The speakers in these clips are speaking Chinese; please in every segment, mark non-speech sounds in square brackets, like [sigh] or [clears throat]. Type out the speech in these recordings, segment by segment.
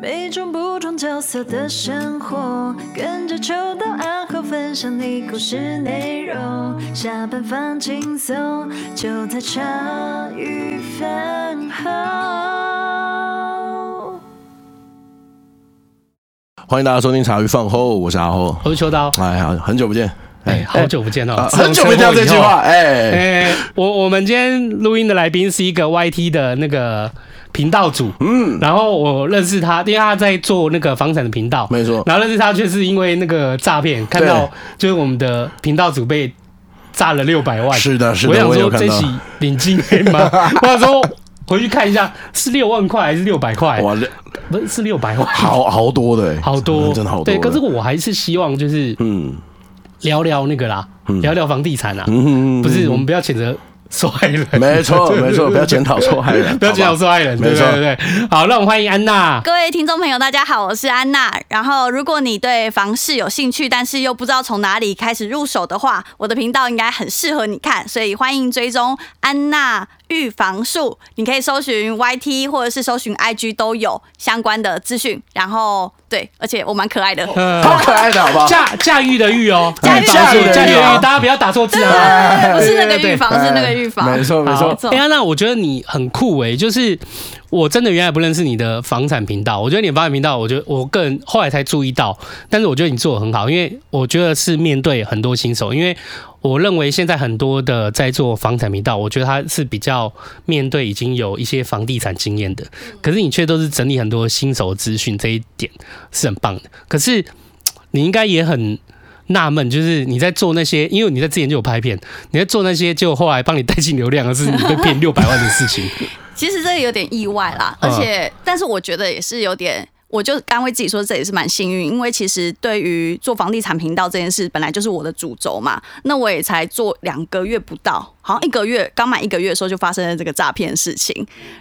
每种不同角色的生活，跟着秋到暗号分享你故事内容。下班放轻松，就在茶余饭后。欢迎大家收听茶余饭后，我是阿后。我是秋刀，哎，好，很久不见，哎，好久不见哦，啊自从很久没听到这句车祸以后话，。哎，哎，我我们今天录音的来宾是一个 YT 的那个频道主，嗯，然后我认识他，因为他在做那个房产的频道，没错然后认识他却是因为那个诈骗，看到就是我们的频道主被诈了六百万，是的，是我的，想我有看说这到起。领进黑 [laughs] 吗？我想说回去看一下是六万块还是六百块，哇，这不是是六百万，好好多的哎，哎好多，真的好多的。对，可是我还是希望就是嗯，聊聊那个啦，聊聊房地产啊，嗯嗯，嗯不是我们不要谴责受害人，没 [laughs] 错，没错，不要检讨受害人，不要检讨好吧受害人，对没对错对对。好，让我们欢迎安 [laughs] 娜。各位听众朋友，大家好，我是安娜。然后，如果你对房市有兴趣，但是又不知道从哪里开始入手的话，我的频道应该很适合你看，所以欢迎追踪安娜预防术。你可以搜寻 YT 或者是搜寻 IG 都有相关的资讯。然后，对，而且我蛮可爱 [laughs] 的。呃好可爱的， [laughs] 好不好？驾驾驭的驭哦，驾驭的驾驭驭驾驭的哦驭，大家不要打错字啊。对 [laughs] 不是那个对对对预防，是那个预防。哎没错，没好错，错哎、安娜，我觉得你很酷诶、就是我真的原来不认识你的房产频道，我觉得你的房产频道，我觉得我个人后来才注意到，但是我觉得你做的很好，因为我觉得是面对很多新手，因为我认为现在很多的在做房产频道，我觉得他是比较面对已经有一些房地产经验的，可是你却都是整理很多新手资讯，这一点是很棒的。可是你应该也很纳闷，就是你在做那些，因为你在之前就有拍片，你在做那些，就后来帮你带进流量，而是你被 [laughs] 骗六百万的事情。其实这个有点意外啦，嗯而且、但是我觉得也是有点。我就安慰自己说，这也是蛮幸运，因为其实对于做房地产频道这件事，本来就是我的主轴嘛。那我也才做两个月不到，好像一个月，刚满一个月的时候就发生了这个诈骗事情，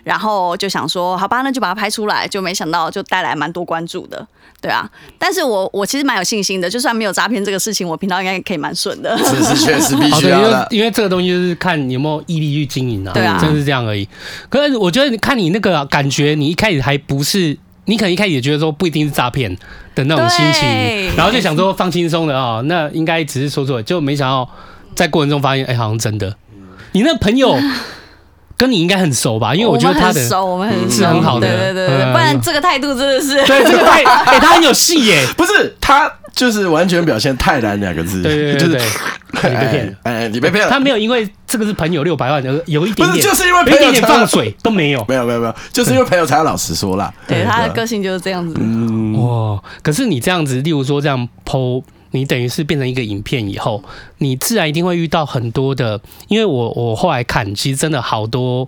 然后就想说，好吧，那就把它拍出来，就没想到就带来蛮多关注的，对啊。但是我我其实蛮有信心的，就算没有诈骗这个事情，我频道应该也可以蛮顺的。这是确实必好须的，因要为的。因为这个东西就是看你有没有毅力去经营啊，对啊真的是这样而已。可是我觉得你看你那个感觉，你一开始还不是。你可能一开始也觉得说不一定是诈骗的那种心情对，然后就想说放轻松的哦，那应该只是说说，就没想到在过程中发现，哎、好像真的。你那朋 [laughs] 友跟你应该很熟吧？因为我觉得们他很的熟，我们很是很好的对对对嗯对，不然这个态度真的是。对，这个太，哎、他很有戏 [laughs] 耶。不是他，就是完全表现“泰然”两个字，对对对就是对，你被骗了。哎，哎你被 [laughs] 骗了，他没有因为这个是朋友六百万而有一点不点，是就是因为朋有友一点点才会放水都没有。没有没有没有，就是因为朋友才要老实说啦。对，他的个性就是这样子。嗯，哇！哦可是你这样子，例如说这样剖，你等于是变成一个影片以后，你自然一定会遇到很多的，因为我我后来看，其实真的好多。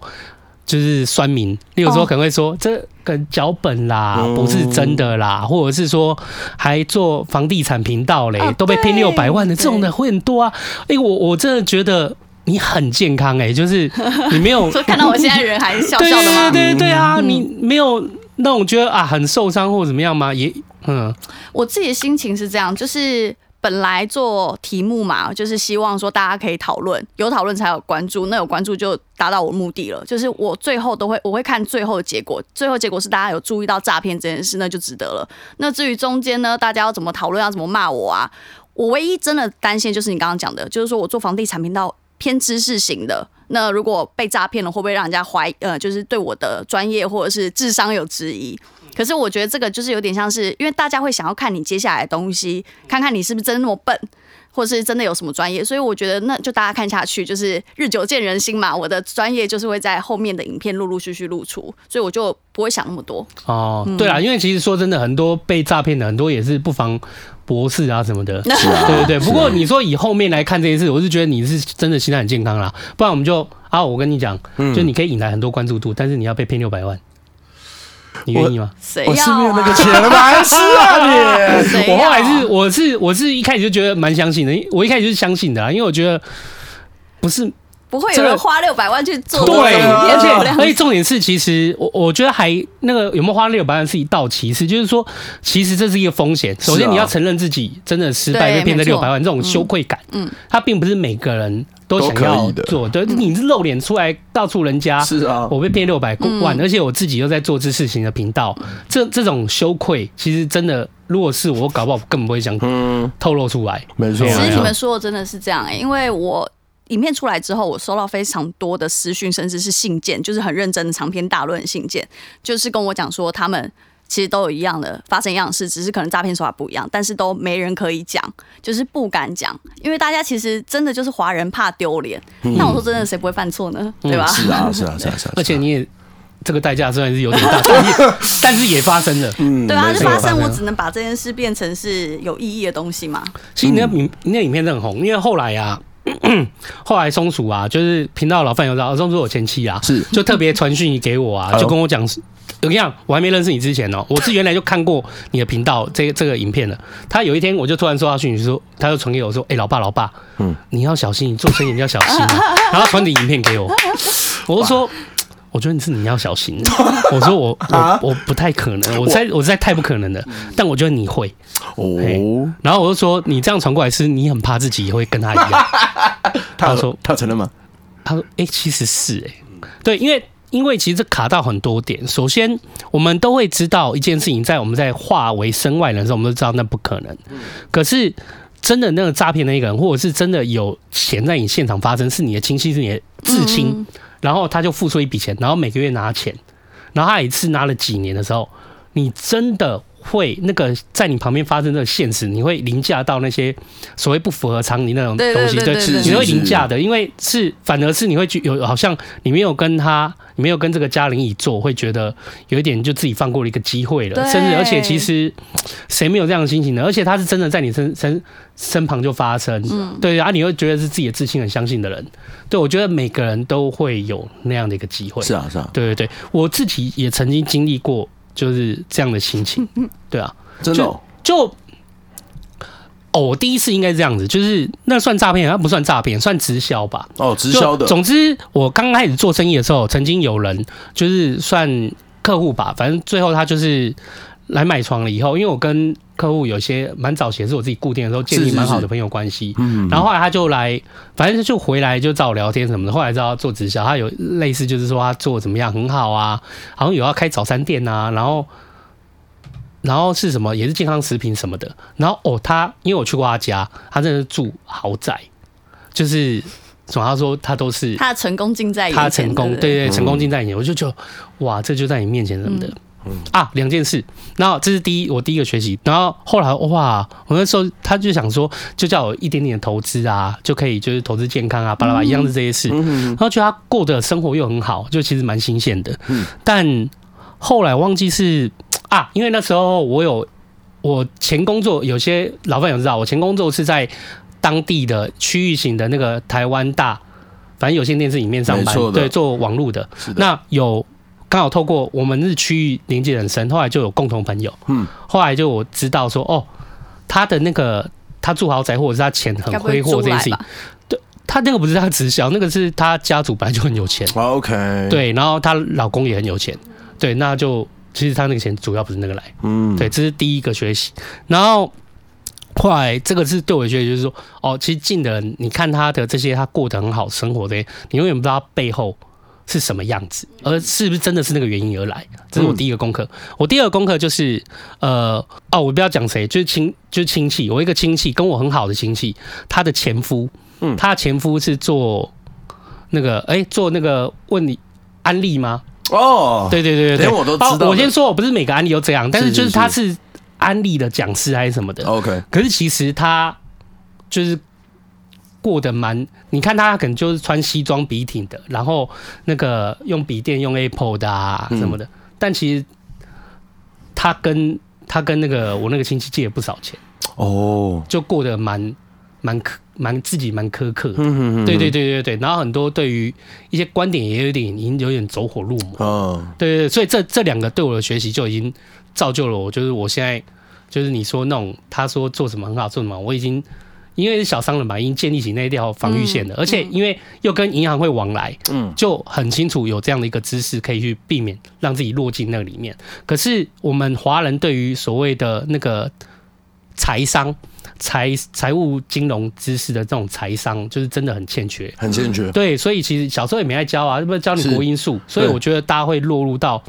就是酸民，例如说哦可能会说、这个脚本啦，嗯不是真的啦，或者是说还做房地产频道嘞，哦都被骗对六百万的这种的对会很多啊。哎、我我真的觉得你很健康哎、就是你没 [laughs] 有说看到我现在人还是笑对笑的吗？对对对对啊，你没有那种觉得啊很受伤或怎么样吗？也嗯，我自己的心情是这样，就是本来做题目嘛，就是希望说大家可以讨论，有讨论才有关注，那有关注就达到我目的了。就是我最后都会，我会看最后的结果，最后结果是大家有注意到诈骗这件事，那就值得了。那至于中间呢，大家要怎么讨论，要怎么骂我啊？我唯一真的担心就是你刚刚讲的，就是说我做房地产频道偏知识型的，那如果被诈骗了，会不会让人家怀呃，就是对我的专业或者是智商有质疑？可是我觉得这个就是有点像是，因为大家会想要看你接下来的东西，看看你是不是真的那么笨，或是真的有什么专业。所以我觉得那就大家看下去，就是日久见人心嘛。我的专业就是会在后面的影片陆陆续续露出，所以我就不会想那么多。哦，对啦，因为其实说真的，很多被诈骗的，很多也是不妨博士啊什么的，是啊，对对对。不过你说以后面来看这件事，我是觉得你是真的心态很健康啦，不然我们就啊，我跟你讲，就你可以引来很多关注度，但是你要被骗六百万，你愿意吗？谁我要哦是没有那个啊？ [laughs] 钱了吗？哎是啊，你。谁我要啊后来是我是我是一开始就觉得蛮相信的，我一开始就是相信的啦，因为我觉得不是不会这有个人花六百万去做这种对，影片而且流量而且重点是，其实我我觉得还那个有没有花六百万是一道歧视，就是说，其实这是一个风险。首是先啊你要承认自己真的失败，对被骗了没六错嗯百万这种羞愧感，嗯，它并不是每个人都都想可要以的做。对，你是露脸出来到处人家，是啊，我被骗六百万，嗯而且我自己又在做这事情的频道，这这种羞愧，其实真的，如果是我，我搞不好根本不会想嗯，透露出来。没错。其其对实啊你们说的真的是这样哎、因为我影片出来之后，我收到非常多的私讯，甚至是信件，就是很认真的长篇大论的信件，就是跟我讲说他们。其实都有一样的发生一样的事，只是可能诈骗手法不一样，但是都没人可以讲，就是不敢讲，因为大家其实真的就是华人怕丢脸。嗯那我说真的，谁不会犯错呢？对吧？是啊，是啊，是啊，是啊。而且是啊你也这个代价虽然是有点 [laughs] 大，但也但是也发生了。嗯对啊，没就错发发生，生我了只能把这件事变成是有意义的东西嘛。其实你那嗯影你那影片真的很红，因为后来啊， [clears throat] 后来松鼠啊，就是频道老范有知道，松鼠我前妻啊，是就特别传讯息给我哎啊，呦就跟我讲，我跟你讲，我还没认识你之前哦、我是原来就看过你的频道这个这个影片的。他有一天我就突然收到讯息说，他就传给我说，哎、老爸老爸，嗯嗯，你要小心，你做生意你要小心 [laughs] 啊、然后传你影片给我，我就说。我觉得你是你要小心，我说我啊我我不太可能，我在我实在太不可能了，嗯但我觉得你会，哦，然后我就说你这样传过来是你很怕自己也会跟他一样，他他说他承认吗？他说：“哎、其实是哎、对，因为因为其实这卡到很多点。首先，我们都会知道一件事情，在我们在化为身外人的时候，我们都知道那不可能。可是真的那个诈骗那个人，或者是真的有钱在你现场发生，是你的亲戚，是你的至亲，嗯然后他就付出一笔钱，然后每个月拿钱，然后他一次拿了几年的时候，你真的。”会那个在你旁边发生的现实，你会凌驾到那些所谓不符合常理那种对东对西，对对对，是你对会凌驾的，因为是反而是你会觉有好像你没有跟他，你没有跟这个嘉玲一起做，会觉得有一点就自己放过了一个机会了，对甚至而且其实谁没有这样的心情呢？而且他是真的在你身身身旁就发生，嗯对啊，你会觉得是自己的自信很相信的人，对我觉得每个人都会有那样的一个机会，是啊，是啊，对对对，我自己也曾经经历过就是这样的心情，对啊，真的哦就哦，我第一次应该是这样子，就是那算诈骗，它不算诈骗，算直销吧。哦，直销的就总之，我刚开始做生意的时候，曾经有人就是算客户吧，反正最后他就是来买床了以后，因为我跟客户有些蛮早期也是我自己固定的时候建是立是蛮好是的朋友关系。嗯然后后来他就来，反正就回来就找我聊天什么的。后来知道他做直销，他有类似就是说他做怎么样很好啊，好像有要开早餐店啊，然后然后是什么也是健康食品什么的。然后哦，他因为我去过他家，他真的是住豪宅，就是总他说他都是他的成功尽在眼前。他成功，不嗯对对，成功近在眼前，我就觉得哇，这就在你面前什么的。啊，两件事，然后这是第一，我第一个学习，然后后来哇，我那时候他就想说，就叫我一点点投资啊，就可以就是投资健康啊，巴嗯拉巴拉，一样是这些事，然后觉得他过的生活又很好，就其实蛮新鲜的，嗯但后来忘记是啊，因为那时候我有我前工作，有些老板有知道，我前工作是在当地的区域型的那个台湾大，反正有线电视里面上没班错，的对，做网络的。是的，那有刚好透过我们是区域连接人生，后来就有共同朋友，嗯，后来就我知道说，哦，他的那个他住豪宅或者是他钱很该不挥会霍租这件来事情吧，？他那个不是他直销，那个是他家族本来就很有钱，好 OK，，对，然后她老公也很有钱，对，那就其实她那个钱主要不是那个来，嗯，对，这是第一个学习。然后后来这个是对我的学习，就是说，哦，其实近的人，你看他的这些，他过得很好生活的，你永远不知道他背后是什么样子，而是不是真的是那个原因而来。这是嗯我第一个功课。我第二个功课就是，呃，哦，我不要讲谁，就是亲，就是亲戚，我一个亲戚跟我很好的亲戚，他的前夫，嗯他的前夫是做那个，哎、做那个问你安利吗？哦，，对对对对对，连我都知道包的我先说，我不是每个安利都这样，但是是就是是哦他是安利的讲师还是什么的。 OK，可是其实他就是过得蛮，你看他可能就是穿西装笔挺的，然后那个用笔电用 Apple 的啊嗯什么的，但其实他跟他跟那个我那个亲戚借了不少钱，哦，就过得蛮蛮苛蛮自己蛮苛刻的。嗯对对，对对对，然后很多对于一些观点也有点已经有点走火入魔。嗯，对对对，所以这这两个对我的学习就已经造就了我，就是我现在就是你说那种他说做什么很好做什么，我已经因为是小商人嘛，已经建立起那一条防御线了，而且因为又跟银行会往来，嗯，就很清楚有这样的一个知识可以去避免让自己落进那个里面。可是我们华人对于所谓的那个财商，财财务金融知识的这种财商，就是真的很欠缺。很欠缺。对，所以其实小时候也没爱教啊，不是教你是国因素，所以我觉得大家会落入到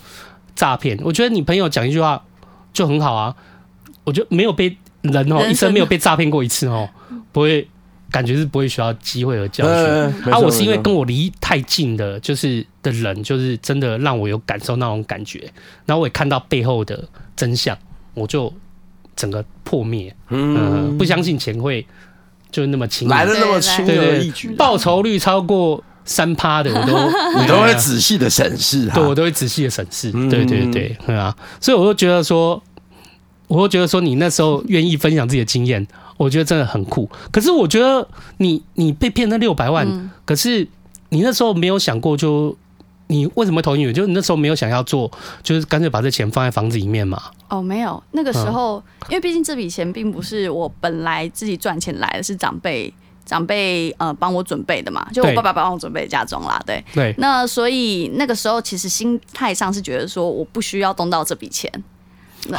诈骗。我觉得你朋友讲一句话就很好啊，我觉得没有被人哦，人生一生没有被诈骗过一次哦，不会感觉是不会需要机会和教训。嗯，没啊，错我是因为没错跟我离太近的，就是的人，就是真的让我有感受那种感觉，然后我也看到背后的真相，我就整个破灭，嗯、嗯不相信钱会就那么轻易来的那么轻对而对易对举，报酬率超过三趴的，我 [laughs] 都你都会，仔细的审视它对。我都会仔细的审视，嗯对对对，对啊，所以我就觉得说，我就觉得说你那时候愿意分享自己的经验，我觉得真的很酷。可是我觉得你你被骗那六百万。嗯可是你那时候没有想过就，你为什么投英语？就是你那时候没有想要做，就是干脆把这钱放在房子里面嘛。哦，没有，那个时嗯候，因为毕竟这笔钱并不是我本来自己赚钱来的，是长辈长辈呃帮我准备的嘛，就我对爸爸帮我准备家中啦，对。对，那所以那个时候其实心态上是觉得说我不需要动到这笔钱，哦，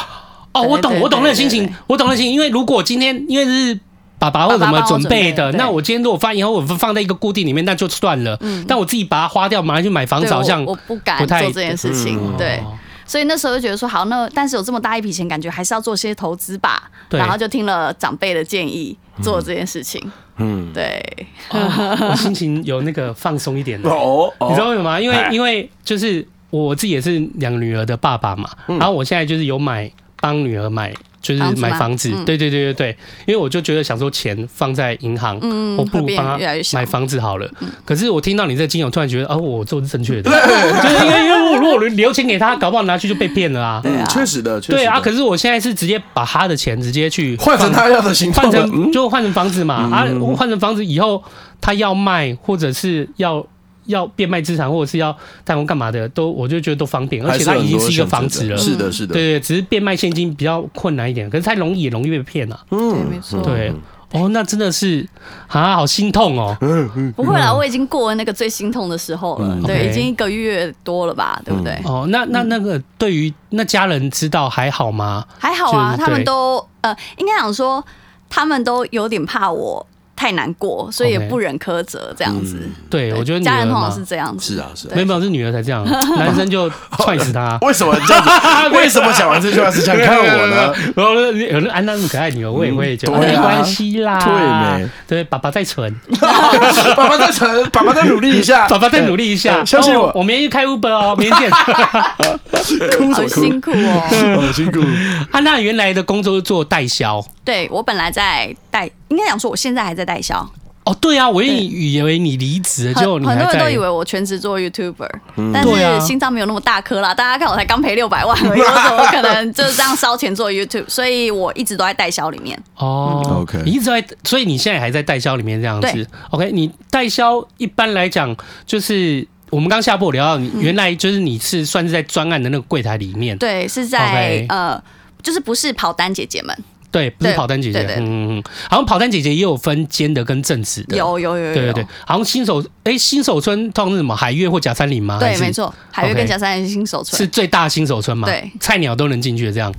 对我懂，对我懂那个对心情对，我懂那个心情，因为如果今天因为是。爸爸或者什爸么爸帮我准备准的，备对那我今天如果放以后我放在一个固定里面，那就算了。但我自己把它花掉，马上去买房嗯对子，好像我我不敢不做太这件事情，嗯对。所以那时候就觉得说，好，那但是有这么大一笔钱，感觉还是要做些投资吧。对然后就听了长辈的建议，做了这件事情。嗯，对，我 [laughs] 心情有那个放松一点的。哦，哦你 [laughs] 知道为什么吗？因为哎因为就是我自己也是两个女儿的爸爸嘛，嗯然后我现在就是有买帮女儿买。就是房子吗买房子，嗯对对对对对，因为我就觉得想说钱放在银行，嗯我不会如变帮越来她越小嗯买房子好了。可是我听到你这金额，我突然觉得，哦，我做的是正确的，啊 [laughs] 就是因为因为我如果留钱给他，搞不好拿去就被骗了啊。嗯，确实的，确实的对啊，可是我现在是直接把他的钱直接去换成放他要的形状换了，成嗯就换成房子嘛，啊，换成房子以后他要卖或者是要要变卖资产，或者是要贷款干嘛的，都我就觉得都方便，而还且是它有已很经多是一个房子选择了的，是的，是的，对对，只是变卖现金比较困难一点，可是太容易也容易被骗啊，对，没嗯，错。对，哦，那真的是啊，好心痛哦，不会啦，我已经过了那个最心痛的时候了。嗯对， OK 已经一个月多了吧，对不对？哦，那那那个对于那家人知道还好吗？还好啊，就是他们对都呃，应该讲说，他们都有点怕我太难过，所以也 OK 不忍苛责这样子。对，对我觉得女家儿人通常嘛是，这样子。是啊，是啊没。有没有是女儿才这样，啊男生就踹死他。 [laughs] 为什么这样 [laughs] 子？为什么讲完这句话是想看我呢？然后有人安娜那么可爱女儿，我也会觉得、嗯哎对啊没关系啦，对没对，爸爸再存，爸爸在成，爸爸在努力一 [laughs] 下，爸爸再努力一下，呃啊相信我哦我明天去开 Uber 哦，明天见。哭 [laughs] 什 [laughs] 好么哭？辛苦哦！好辛苦，安娜原来的工作是做代销，对我本来在代，应该讲说我现在还在代销，哦，对啊，我以以为你离职了，[laughs] 很结果你很还多人在都以为我全职做 YouTuber，、但对啊是心脏没有那么大颗啦。大家看我才刚赔六百万而已，我怎么可能就是这样烧钱做 YouTube？所以我一直都在代销里面。哦、嗯，OK 你一直在，所以你现在还在代销里面这样对子。OK，你代销一般来讲就是我们刚下播有聊到，你原来就是你是算是在专案的那个柜台里面，对，是在 OK 呃，就是不是跑单姐姐们，对，不是对跑单姐姐，对对对嗯嗯嗯，好像跑单姐姐也有分兼的跟正职的，有有有有对有对对，好像新手哎、新手村通常是什么海月或假山林吗？还对，是没，错，海月 OK 跟小三人新手是村。最大的新手村嘛？对菜鸟都能进去的这样。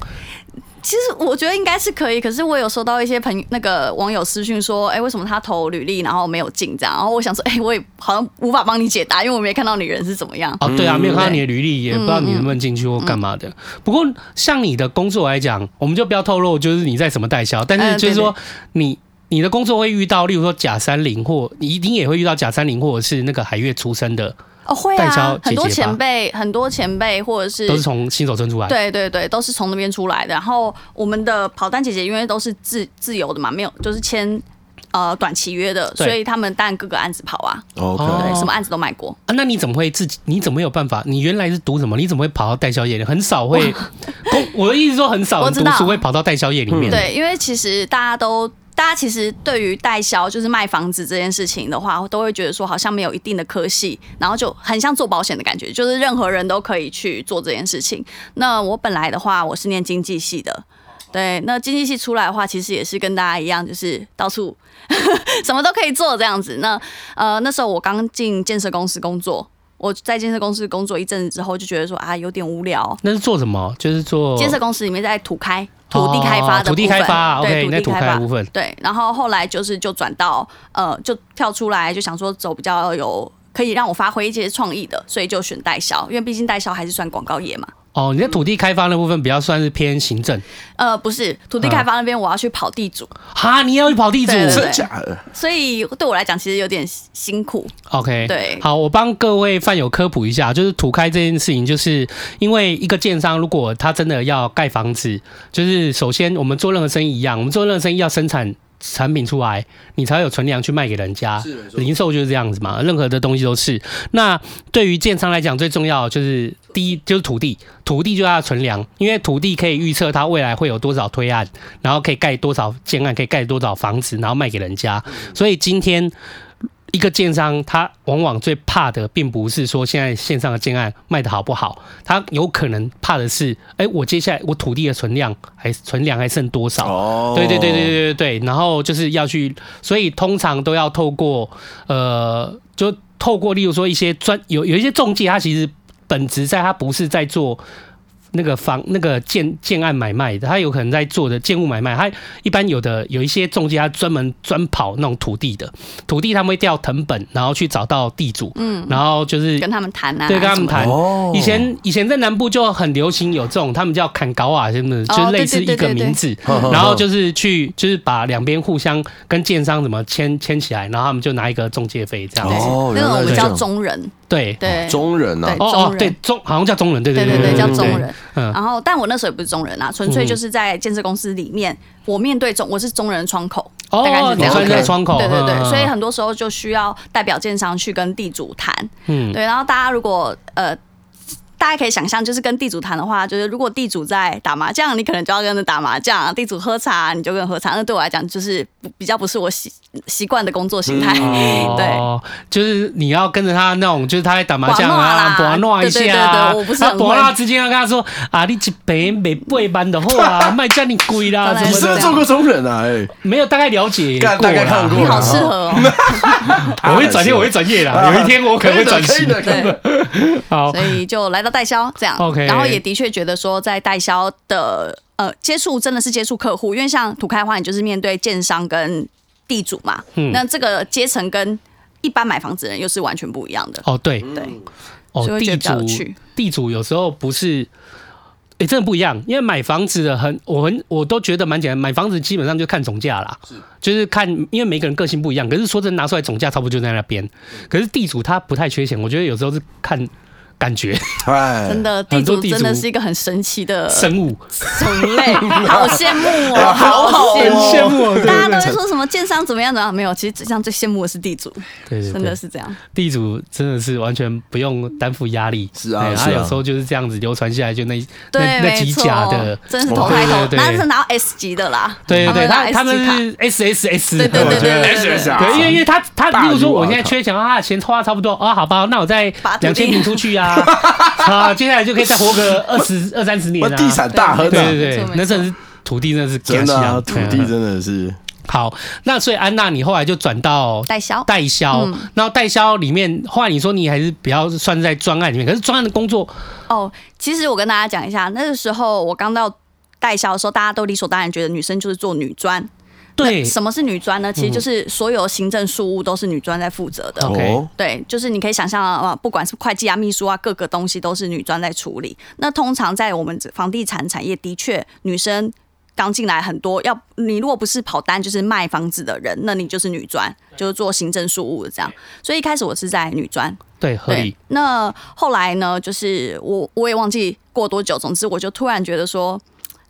其实我觉得应该是可以，可是我有收到一些朋友那个网友私讯说，哎、为什么他投履历然后没有进这样？然后我想说，哎、我也好像无法帮你解答，因为我没看到你人是怎么样。哦，对啊，没有看到对你的履历，嗯也不知道你能不能进去或干嘛的。不过像你的工作来讲，我们就不要透露就是你在什么代销，但是嗯就是说你。你的工作会遇到，例如说假山林，或你一定也会遇到假山林，或者是那个海月出身的，哦，会代销啊，姐很多姐吧前辈，很多前辈或者是都是从新手村出来。，对对对，都是从那边出来的。然后我们的跑单姐姐因为都是自自由的嘛，没有就是签呃短期约的，对所以他们当然各个案子跑啊，哦，OK，对，什么案子都买过。啊，那你怎么会自己？你怎么有办法？你原来是读什么？你怎么会跑到代销业里？很少会， [laughs] 公我的意思说很少我人知读道书会跑到代销业里面。对，因为其实大家都。大家其实对于代销，就是卖房子这件事情的话，都会觉得说好像没有一定的科系，然后就很像做保险的感觉，就是任何人都可以去做这件事情。那我本来的话，我是念经济系的，对，那经济系出来的话，其实也是跟大家一样，就是到处什么都可以做这样子。那呃，那时候我刚进建设公司工作，我在建设公司工作一阵子之后，就觉得说啊，有点无聊。那是做什么？就是做建设公司里面在土开，土地开发的部分、哦土地开发对，OK，那土土地开开发发部分，对，然后后来就是就转到呃，就跳出来就想说走比较有可以让我发挥一些创意的，所以就选代销，因为毕竟代销还是算广告业嘛。哦，你的土地开发那部分比较算是偏行政，呃，不是土地开发那边，我要去跑地主，哈，你要去跑地主对对对真假的？所以对我来讲其实有点辛苦。 ，OK，对哎好，我帮各位饭友科普一下，就是土开这件事情，就是因为一个建商如果他真的要盖房子，就是首先我们做任何生意一样，我们做任何生意要生产产品出来，你才会有存粮去卖给人家。是没错零售就是这样子嘛，任何的东西都是。那对于建商来讲，最重要的就是第一就是土地，土地就是它的存粮，因为土地可以预测它未来会有多少推案，然后可以盖多少建案，可以盖多少房子，然后卖给人家。所以今天一个建商，他往往最怕的，并不是说现在线上的建案卖的好不好，他有可能怕的是，哎，我接下来我土地的存量还存量还剩多少？哦对对对对对对对，然后就是要去，呃所以通常都要透过呃，就透过例如说一些专有有一些中介，他其实本质在他不是在做。那个房那个建建案买卖的，他有可能在做的建物买卖，他一般有的有一些中介，他专门专跑那种土地的，土地他们会调藤本，然后去找到地主，嗯，然后就是跟他们谈啊，对跟他们谈，哦以前以前在南部就很流行有这种，他们叫砍高啊什么的，哦就是类似一个名字，对对对对对然后就是去就是把两边互相跟建商怎么签签起来，然后他们就拿一个中介费这样对子。哦，那种我原来们是这叫样中人，对对。中人呐、啊对，哦中哦人对中好像叫中人，对对对对对，对，叫对中人。啊嗯然后，但我那时候也不是中人啊，纯粹就是在建设公司里面，我面对中，我是中人窗口，大概哦是，这你样。算在窗口，对对嗯对，嗯所以很多时候就需要代表建商去跟地主谈。嗯对，然后大家如果呃。大家可以想象，就是跟地主谈的话，就是如果地主在打麻将，你可能就要跟着打麻将；地主喝茶，你就跟着喝茶。那对我来讲，就是不比较不是我习习惯的工作形态。对，哦，就是你要跟着他那种，就是他在打麻将啊，玩玩弄啊弄一下对对啊对对我不，是他很会玩弄之间要跟他说啊，你一杯没背班的货啊，卖叫你贵啦，当什然你么是这不是的样做过中人啊？哎、没有大概了解过啦，干大概看过你好适合 [laughs] 哦。我会转业，我会转业啊啦。有一天我可能会转哦可以型。的，可以的。好所，以就来到代销这样。哦 [laughs] OK 然后也的确觉得说，在代销的呃接触真的是接触客户，因为像土开花，你就是面对建商跟地主嘛，嗯那这个阶层跟一般买房子人又是完全不一样的。哦对，对，所以哦会觉地得比较有主趣地主有时候不是，哎，真的不一样。因为买房子的很，我很我都觉得蛮简单，买房子基本上就看总价啦，就是看，因为每个人个性不一样。可是说真的，拿出来总价差不多就在那边。嗯可是地主他不太缺钱，我觉得有时候是看感觉哎，真的，地很多主地主真的是一个很神奇的生物，种 [laughs] 类，好羡慕哦，好好羡哦羡慕。慕。大家都会说什么建商怎么样怎么样，没有，其实这样最羡慕的是地主，对对对，真的是这样。地主真的是完全不用担负压力，是啊对是他啊有时候就是这样子流传下来，就那那对，那没几错甲的，，哦真是投胎对投对对，那是拿到 S 级的啦。对对对，他他他们们拿 S 级是 S S S，哦对对对对对对对对，因为因为他他，啊大例如说如啊我现在缺钱啊，钱花差不多啊，好吧，那我再把土两地千平出去啊，啊，接下来就可以再活个 [laughs] 二十二三十年我啊，地产大亨对啊，对没错对没，错那真的是土地，真的是真的啊，惊土喜啊地嗯真的是好，那所以安娜，你后来就转到代销，代销嗯，然后代销里面，后来你说你还是比较算在专案里面，可是专案的工作哦，其实我跟大家讲一下，那个时候我刚到代销的时候，大家都理所当然觉得女生就是做女专。对那什么是女专呢？其实就是所有行政事务都是女专在负责的。 OK 哦，对，就是你可以想象啊，不管是会计啊、秘书啊，各个东西都是女专在处理。那通常在我们房地产产业，的确女生刚进来很多，要你如果不是跑单就是卖房子的人，那你就是女专，就是做行政事务的这样。所以一开始我是在女专，对合理对，，那后来呢，就是我我也忘记过多久，总之我就突然觉得说。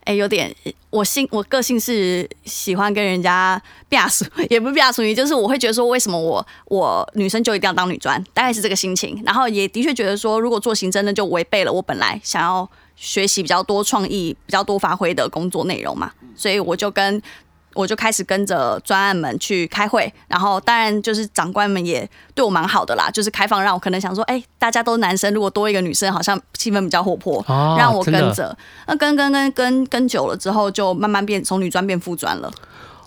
哎、有点，我性我个性是喜欢跟人家 [laughs] 变俗，也不是变俗，就是 [laughs] 我会觉得说，为什么我我女生就一定要当女专，大概是这个心情。然后也的确觉得说，如果做行政，那就违背了我本来想要学习比较多创意、比较多发挥的工作内容嘛，所以我就跟我就开始跟着专案们去开会，然后当然就是长官们也对我蛮好的啦，就是开放让我可能想说，哎、大家都男生，如果多一个女生，好像气氛比较活泼，哦让我跟真的着。那跟跟跟跟跟久了之后，就慢慢变从女专变副专了。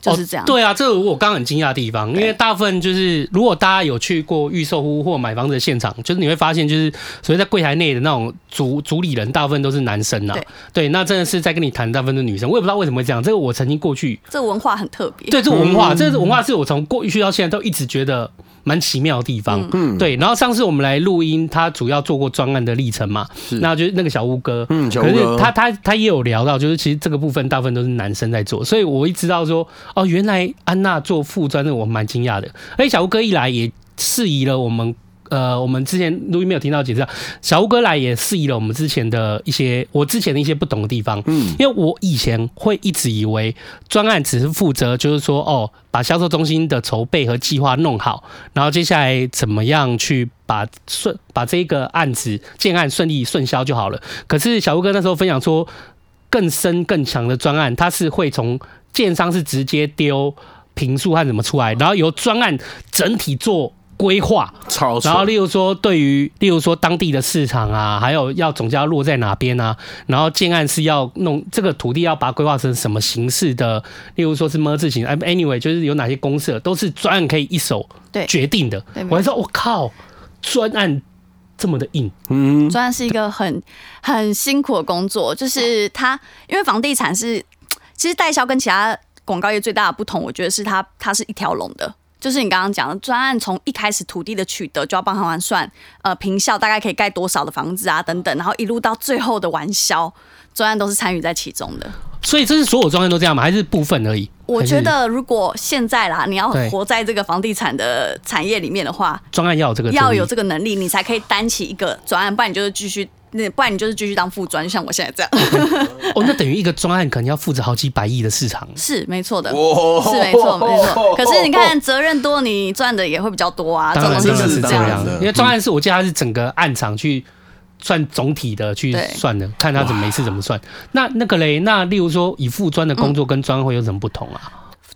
就是这样。哦对啊，这个我刚刚很惊讶的地方，因为大部分就是如果大家有去过预售屋或买房子的现场，就是你会发现，就是所谓在柜台内的那种主主理人，大部分都是男生啊对。对，那真的是在跟你谈，大部分是女生。我也不知道为什么会这样，这个我嗯曾经过去，这文化很特别。对这个文化，这个文化是我从过去到现在都一直觉得蛮奇妙的地方。嗯，对，然后上次我们来录音，他主要做过专案的历程嘛，那就是那个小乌哥，嗯小乌可是哥他他他也有聊到，就是其实这个部分大部分都是男生在做，所以我一知道说，哦，原来安娜做副专，这我蛮惊讶的。而且小乌哥一来也质疑了我们。呃，我们之前录音没有听到解释啊，小乌哥来也质疑了我们之前的一些，我之前的一些不懂的地方。嗯，因为我以前会一直以为专案只是负责，就是说哦，把销售中心的筹备和计划弄好，然后接下来怎么样去把顺把这个案子建案顺利顺销就好了。可是小吴哥那时候分享说，更深更强的专案，它是会从建商是直接丢评述和怎么出来，然后由专案整体做规划。超然后，爽，例如说，对于例如说当地的市场啊，还有要总价落在哪边啊，然后建案是要弄这个土地要把它规划成什么形式的，例如说是么字形，哎，anyway，就是有哪些公社都是专案可以一手对决定的对。没我还说，我哦靠，专案这么的硬，嗯，专案是一个很很辛苦的工作，就是它因为房地产是，其实代销跟其他广告业最大的不同，我觉得是它它是一条龙的。就是你刚刚讲的专案，从一开始土地的取得就要帮他们算，呃，平效大概可以盖多少的房子啊，等等，然后一路到最后的完销，专案都是参与在其中的。所以这是所有专案都这样吗？还是部分而已？我还是觉得如果现在啦，你要对活在这个房地产的产业里面的话，专案要有这个要有这这个能力，你才可以担起一个专案，不然你就是继续，那不然你就是继续当副专，就像我现在这样。哦，那等于一个专案可能要负责好几百亿的市场。是没错的，哦是没错没错。可是你看，责任多，你赚的也会比较多啊，这当种然东真西的就是是这这样样当子。然的，因为专案是我记得它是整个案场去算总体的去对算的，看它怎么每次怎么算。那那个嘞，那例如说以副专的工嗯作跟专会有什么不同啊？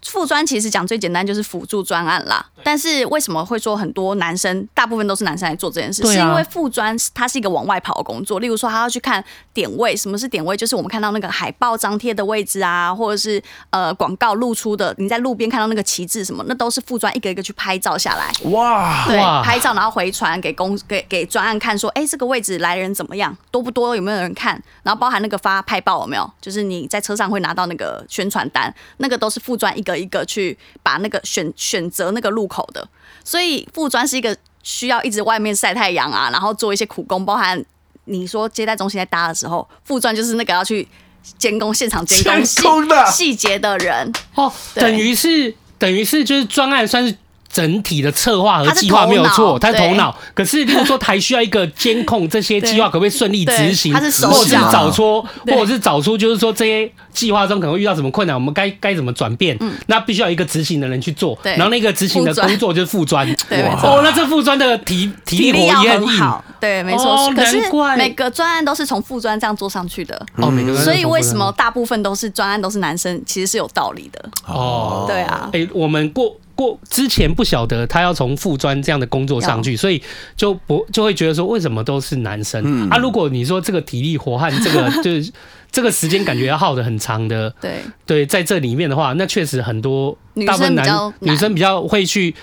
副专其实讲最简单就是辅助专案啦，但是为什么会说很多男生大部分都是男生来做这件事？对啊是因为副专它是一个往外跑的工作，例如说他要去看点位，什么是点位？就是我们看到那个海报张贴的位置啊，或者是呃广告露出的，你在路边看到那个旗帜什么，那都是副专一个一个去拍照下来。哇，对哇，拍照然后回传给公给给专案看说，哎，这个位置来人怎么样，多不多，有没有人看，然后包含那个发派报有没有，就是你在车上会拿到那个宣传单，那个都是副专一个一个去把那个选选择那个路口的，所以副专是一个需要一直外面晒太阳啊，然后做一些苦工，包含你说接待中心在搭的时候，副专就是那个要去监工现场监工细监工的细节的人，哦，对等于是等于是就是专案算是。整体的策划和它是计划没有错，头它脑是对头脑。可是，例如 [laughs] 说，还需要一个监控这些计划可不可以顺利对执行，它是手或者是脚找出，或对者是找出，就是说这些计划中可能会遇到什么困难，我们该该怎么转变？那必须要有一个执行的人去做，嗯对然后那个执行的副专工作就是副专。对没哦，那这副专的体体力体力活要也很很硬好，对，没错。哦可是难怪每个专案都是从副专这样做上去的，哦，每个人都所以为什么有大部分都是专案都是男生，其实是有道理的。不同的哦？对啊，哎、我们过过之前不晓得他要从副专这样的工作上去，所以就不就会觉得说为什么都是男生、啊？如果你说这个体力活和这 [laughs] 个就是这个时间感觉要耗的很长的，对，对，在这里面的话，那确实很多女大部分生比男较女生比较会去。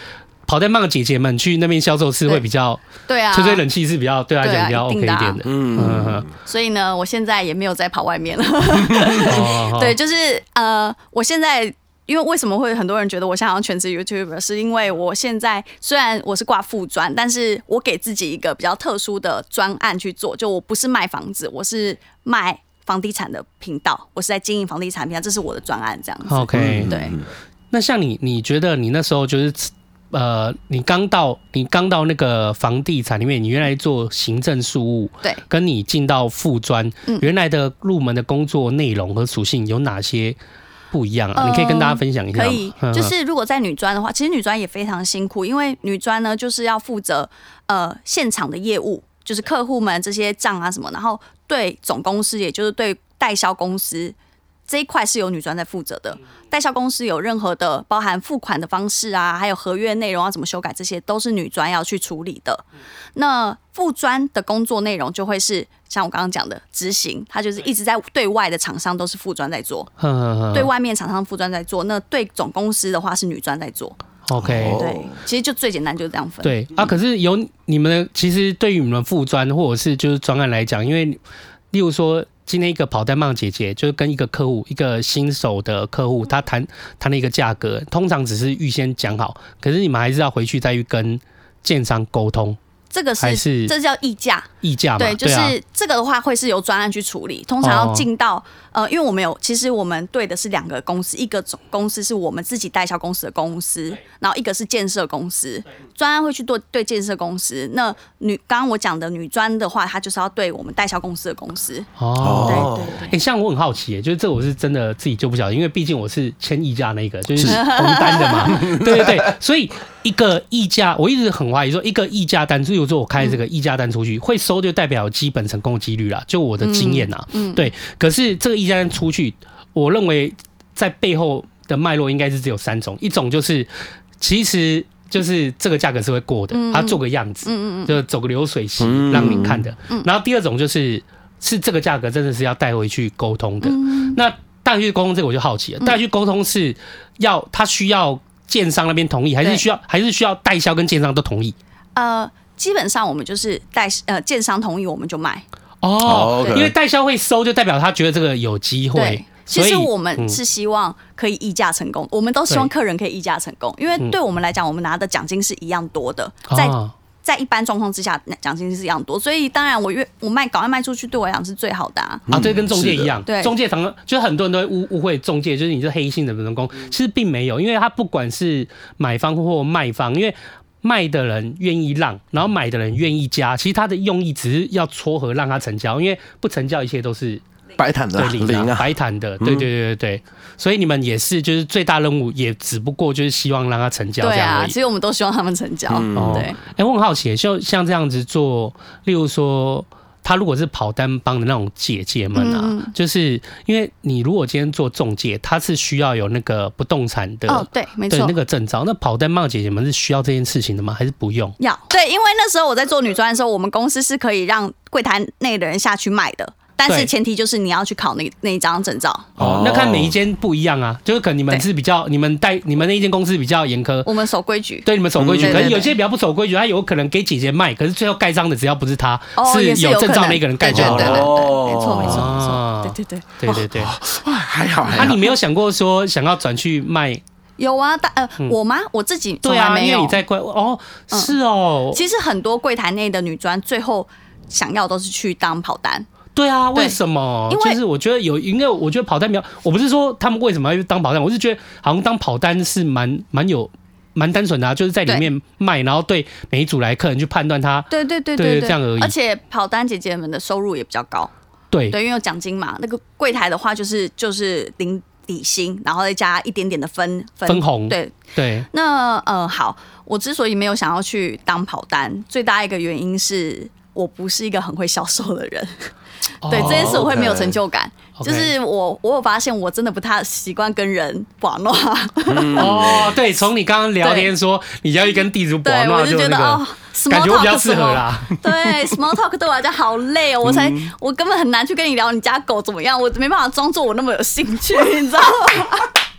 跑在慢的姐姐们去那边销售是会对比较对啊吹。吹冷气是比较对她来对讲啊比较一 OK 一定的啊点的，嗯嗯，嗯所以呢，我现在也没有再跑外面了。嗯，哦哦对，就是呃，我现在。因为为什么会很多人觉得我想要全职 YouTuber，是因为我现在虽然我是挂副专，但是我给自己一个比较特殊的专案去做，就我不是卖房子，我是卖房地产的频道，我是在经营房地产频道，这是我的专案这样子。哦 OK，对，那像你，你觉得你那时候就是，呃，你刚到你刚到那个房地产里面，你原来做行政事务，对，跟你进到副专，嗯原来的入门的工作内容和属性有哪些不一样啊？呃你可以跟大家分享一下可吗。以 [laughs] 嗯，就是如果在女专的话，其实女专也非常辛苦，因为女专呢就是要负责呃现场的业务，就是客户们这些账啊什么，然后对总公司，也就是对代销公司。这一块是由女专在负责的。代销公司有任何的包含付款的方式啊，还有合约内容要怎么修改，这些都是女专要去处理的。嗯那副专的工作内容就会是像我刚刚讲的执行，它就是一直在对外的厂商都是副专在做，哼哼哼对外面厂商副专在做，那对总公司的话是女专在做。 ，OK，哦对，其实就最简单就是这样分。对啊，可是有你们的，其实对于你们副专或者是就是专案来讲，因为例如说今天一个跑单棒姐姐，就是跟一个客户，一个新手的客嗯户，他谈谈了一个价格，通常只是预先讲好，可是你们还是要回去再去跟建商沟通这个还是是这叫议价，议价嘛，对，就啊，是这个的话会是由专案去处理，通常要哦进到、呃，因为我们有，其实我们对的是两个公司，一个总公司是我们自己代销公司的公司，然后一个是建设公司，专案会去对对建设公司。那女刚刚我讲的女专的话，她就是要对我们代销公司的公司。哦。对哦对对哎、像我很好奇耶，就是这我是真的自己就不晓得，因为毕竟我是签议价那一个，就是红单的嘛，对对对，所以一个议价，我一直很怀疑说，一个议价单，就比如说我开这个议价单出去、会收，就代表有基本成功几率啦，就我的经验啊，对。可是这个议价单出去，我认为在背后的脉络应该是只有三种，一种就是其实。就是这个价格是会过的，他做个样子，嗯嗯就走个流水席、嗯让你看的。然后第二种就是是这个价格真的是要带回去沟通的。嗯那带回去沟通这个我就好奇了，带回去沟通是要他需要建商那边同意，还是对需要还是需要代销跟建商都同意？呃，基本上我们就是代呃建商同意我们就卖，哦， ，OK 因为代销会收，就代表他觉得这个有机会对。，其实所以我们嗯是希望可以议价成功，我们都希望对嗯客人可以议价成功，因为对我们来讲，我们拿的奖金是一样多的，在哦在一般状况之下，那奖金是一样多，所以当然我越我卖赶快卖出去，对我来讲是最好的、啊。嗯啊，这跟中介一样，对中介常常就是很多人都会误误会中介，就是你是黑心的人工，嗯其实并没有，因为他不管是买方或卖方，因为卖的人愿意让，然后买的人愿意加，其实他的用意只是要撮合让他成交，因为不成交一切都是白坦的对啊零零啊，白谈的，对对对对对，所以你们也是就是最大任务也只不过就是希望让他成交这对样啊，而已其。实我们都希望他们成交。哦嗯对，哎、我很好奇，就像这样子做，例如说，他如果是跑单帮的那种姐姐们啊，嗯就是因为你如果今天做中介，他是需要有那个不动产的、哦，对，没对错那。个证照，那跑单帮的姐姐们是需要这件事情的吗？还是不用？要对，因为那时候我在做女装的时候，我们公司是可以让柜台内的人下去卖的，但是对前提就是你要去考那那一张证照。哦哦，那看每一间不一样啊，就是可能你们对是比较，你们带你们那一间公司比较严苛。我们守规矩，对你们守规矩，嗯可能对对有些比较不守规矩，他有可能给姐姐卖，可是最后盖章的只要不是他，哦也是有有证可照能那个人盖就对好对了。对哦对，没错没错没哦错，对对对。对对对，哇还好哎还啊，好你。没有想过说想要转去卖？有啊，但呃，我吗？我自己从嗯对来啊，没因为有嗯你。在怪哦，是哦，其实很多柜台内的女装最后想要都是去当跑单，对啊，对为什么？因为就是我觉得有，因为我觉得跑单比较，我不是说他们为什么要去当跑单，我是觉得好像当跑单是蛮蛮有蛮单纯的啊，就是在里对面卖，然后对每一组来客人去判断他对对对对对这样而已而且跑单姐姐们的收入也比较高，对对，因为有奖金嘛。那个柜台的话就是就是零底薪，然后再加一点点的分分分红，对，对那呃好，我之所以没有想要去当跑单，最大一个原因是。我不是一个很会销售的人，对这件事我会没有成就感。哦 OK 就是我，我有发现我真的不太习惯跟人玩闹，哦，对，从你刚刚聊天说你要去跟地主玩对嘛，我就觉得那哦个。 ，small 感觉我比较 talk 适什合么，啦， [laughs] 嗯对 small talk 对我来讲好累哦，我才我根本很难去跟你聊你家狗怎么样，我没办法装作我那么有兴趣， [laughs] 你知道吗？ [laughs]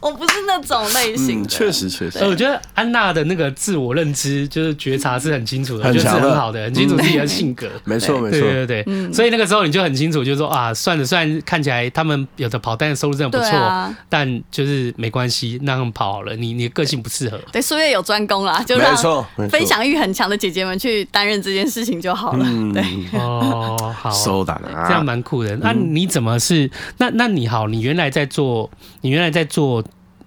我不是那种类嗯，型的，确实确实哦呃，我觉得安娜的那个自我认知就是觉察是很清楚的，很就是强的很好的，很清楚自己嗯的性格。没错没对错，对对，对所以那个时候你就很清楚，就是说啊，算了，虽然看起来他们有的跑单的收入真的不对错，啊但就是没关系，那他们跑好了，你你的个性不 [laughs] 适合。对，岁月有专攻啦，就没让错没错分享欲很强的姐姐们去担任这件事情就好了。嗯对，哦，好，收档这样啊，蛮酷的。那、你怎么是？那那你好，你原来在做，你原来在做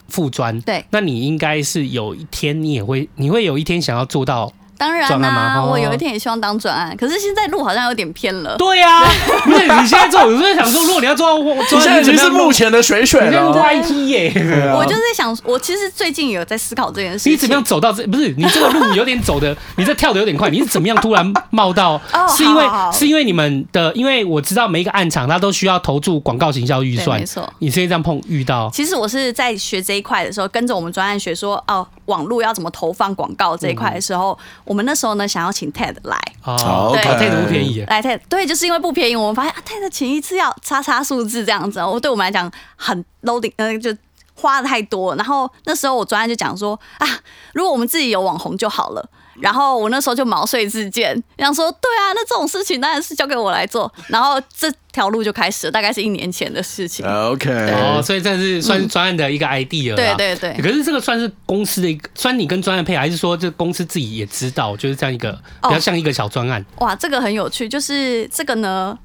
副专，对，那你应该是有一天你也会，你会有一天想要做到当然转啦、案吗哦我有一天也希望当转案，可是现在路好像有点偏了。对呀、不是你现在做，我是想说，如果你要做到，你做现到在已经是目前前的水水你了这是哦。 YT 耶、对啊我就是想，我其实最近有在思考这件事情。你怎么样走到这？不是你这个路有点走 [laughs] 的，你这跳的有点快。你是怎么样突然冒到哦？是因为好好好是因为你们的，因为我知道每一个暗场它都需要投注广告行销预对算没错，你是因为这样碰遇到其实我是在学这一块的时候，跟着我们专案学说哦，网络要怎么投放广告这一块的时候，我们那时候呢想要请 TED 来哦，对太不便宜耶。来 TED，对，就是因为不便宜，我们发现啊 TED 请一次要叉叉数字这样子，哦我对我们来讲很 loading，呃，就花的太多。然后那时候我专案就讲说啊，如果我们自己有网红就好了。然后我那时候就毛遂自荐，想说对啊，那这种事情当然是交给我来做。然后这条路就开始了，大概是一年前的事情。 OK，哦，所以这是算是专案的一个 idea 啦。嗯对对对可是这个算是公司的一个，算你跟专案配合，还是说这公司自己也知道，就是这样一个比较哦像一个小专案？哇，这个很有趣，就是这个呢，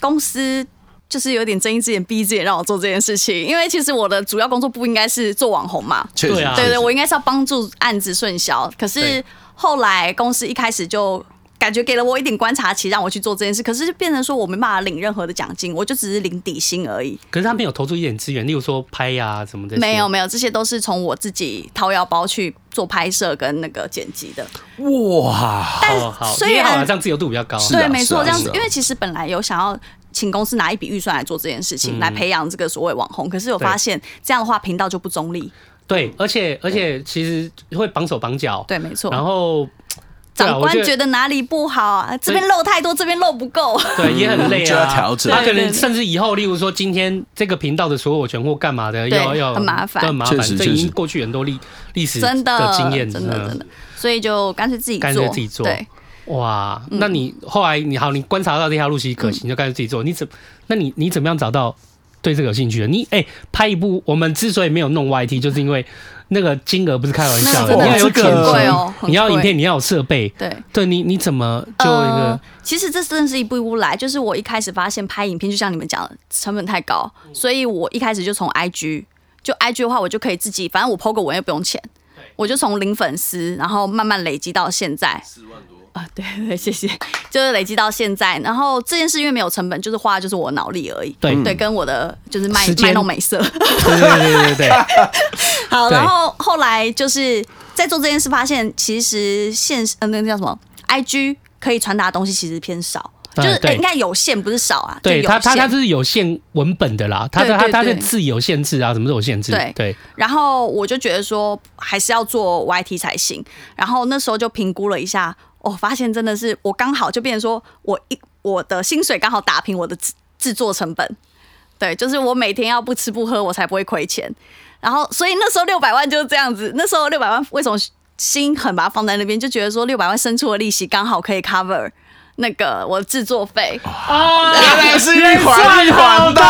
公司就是有点睁一只眼闭一只眼让我做这件事情，因为其实我的主要工作不应该是做网红嘛，确实对啊对确对，实我应该是要帮助案子顺销，可是对后来公司一开始就。感觉给了我一点观察期，让我去做这件事，可是就变成说我没办法领任何的奖金，我就只是领底薪而已。可是他们有投注一点资源，例如说拍呀、什么的。没有没有，这些都是从我自己掏腰包去做拍摄跟那个剪辑的。哇，但哦，好，虽因为好然像这样自由度比较高。是对，啊没是错，啊这样是子啊，因为其实本来有想要。请公司拿一笔预算来做这件事情，来培养这个所谓网红。可是我发现这样的话，频道就不中立。对，而且而且其实会绑手绑脚。嗯对，没错。然后对啊长我官觉得觉得哪里不好啊？这边漏太多，这边漏不够。对，也很累啊，嗯就要调整他可对能对对甚至以后，例如说今天这个频道的所有权或干嘛的，要对要很麻烦都很麻烦确。实这已确经实过去很多历历史真的，经验，嗯真的，真的的。 [laughs] 所以就干脆自己做，干脆自己做对，哇！嗯那你后来你好，你观察到这条路其实可行，嗯你就干脆自己做。你怎那你你怎么样找到对这个有兴趣的？你哎，拍一部我们之所以没有弄 YT，就是因为那个金额不是开玩笑那个真你的要有很剪贵哦辑，很你要影贵片，你要有设备。对。对你你怎么就一个呃？其实这真的是一步一步来，就是我一开始发现拍影片，就像你们讲的，成本太高，所以我一开始就从 IG，就 IG 的话，我就可以自己，反正我 PO 个文又不用钱，我就从零粉丝，然后慢慢累积到现在。四万多啊，对对，谢谢，就是累积到现在。然后这件事因为没有成本，就是花的就是我脑力而已，对对，跟我的就是卖时间卖弄美色。对对对对对对。 [laughs] 好，对然后后来就是在做这件事，发现其实现实呃那个叫什么，IG 可以传达的东西其实偏少，嗯就是、对应该有限，不是少啊，对 [laughs] 就他，有他他限。是有限文本的啦，他的对他对他的对字有限制啊，什么都有限制。对对，然后我就觉得说还是要做 YT 才行，然后那时候就评估了一下，我、发现真的是我刚好就变成说我一我的薪水刚好打平我的制制作成本，对，就是我每天要不吃不喝，我才不会亏钱。然后，所以那时候六百万就是这样子。那时候六百万为什么心狠把它放在那边，就觉得说六百万生出的利息刚好可以 cover 那个我的制作费。啊，原来是一算环一环对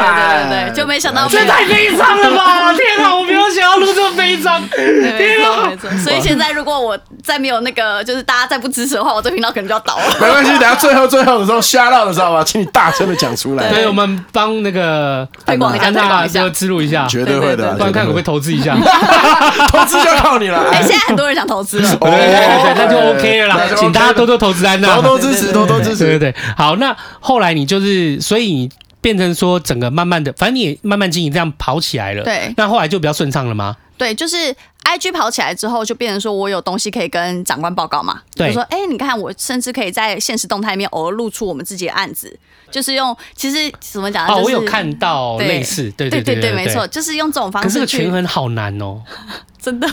对的，对对，就没想到这太悲伤了 [laughs] 吧！天哪，我没有想要录这么悲伤。对没天错哪没，错。所以现在如果我再没有那个，就是大家再不支持的话，我这频道可能就要倒 [laughs] 了。没关系，等下最后最后的时候瞎到的时候吧，请你大声的讲出来，对我们帮那个推广一下安推娜广一下就植入一下，绝对会的，不然看可不可以投资一下。投资就靠你了。哎，现在很多人想投资哦 [laughs] 了。对对对，那就 OK 了啦，请大家多多多投资安娜，多多支持，多多支 [laughs] 对持。对对，好，那后来你就是，所以你变成说整个慢慢的，反正你也慢慢经营，这样跑起来了。对那后来就比较顺畅了吗？对，就是 I G 跑起来之后，就变成说我有东西可以跟长官报告嘛。对我说哎、你看我甚至可以在现实动态里面偶尔露出我们自己的案子，就是用其实怎么讲呢？哦，啊就是我有看到类似，对对对对对，没错，。就是用这种方可是这式个去权衡好 [laughs] 难哦， [laughs] 真的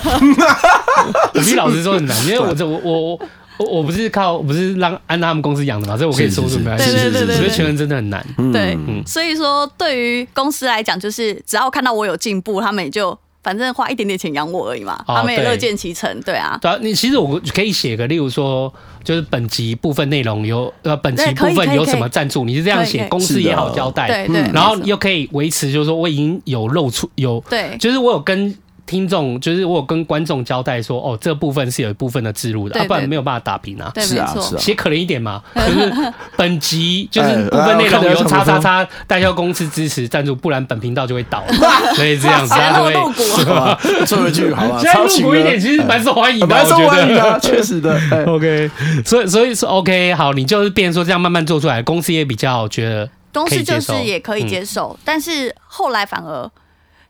我必须老实说很难，因为啊我这我我我我我不是靠不是让安娜他们公司养的嘛，所以我可以说是说是没关系。是是我对对觉对得权衡真的很难。对嗯，所以说对于公司来讲，就是只要看到我有进步，他们也就反正花一点点钱养我而已嘛，哦他们也对乐见其成，对啊。对啊，你其实我可以写个，例如说，就是本集部分内容有呃，本集对部可以可分以有可以什么赞助，你是这样可以可写，以公司是的也好交代。对对，嗯没然后错又可以维持，就是说我已经有露出有，对就是我有跟听众，就是我有跟观众交代说，哦，这部分是有一部分的置入的，对啊，不然对没有办法打平啊。对，是没啊错，是啊写可怜一点嘛，就是本集就是 [laughs] 哎部分内容哎我由看叉到叉有什叉代销公司支持赞助，不然本频道就会 [laughs] 倒，所以这样子大家 [laughs] 然就后会 [laughs] 露骨。好吧，最后一句好吧，现在啊超入情股的一点，其实蛮受欢迎的，蛮我受觉欢迎得的啊，确实 [laughs] 的，哎 OK，所以所以说 OK，好，你就是变成说这样慢慢做出来，公司也比较觉得东可西以接就受嗯是也可以接受，但是后来反而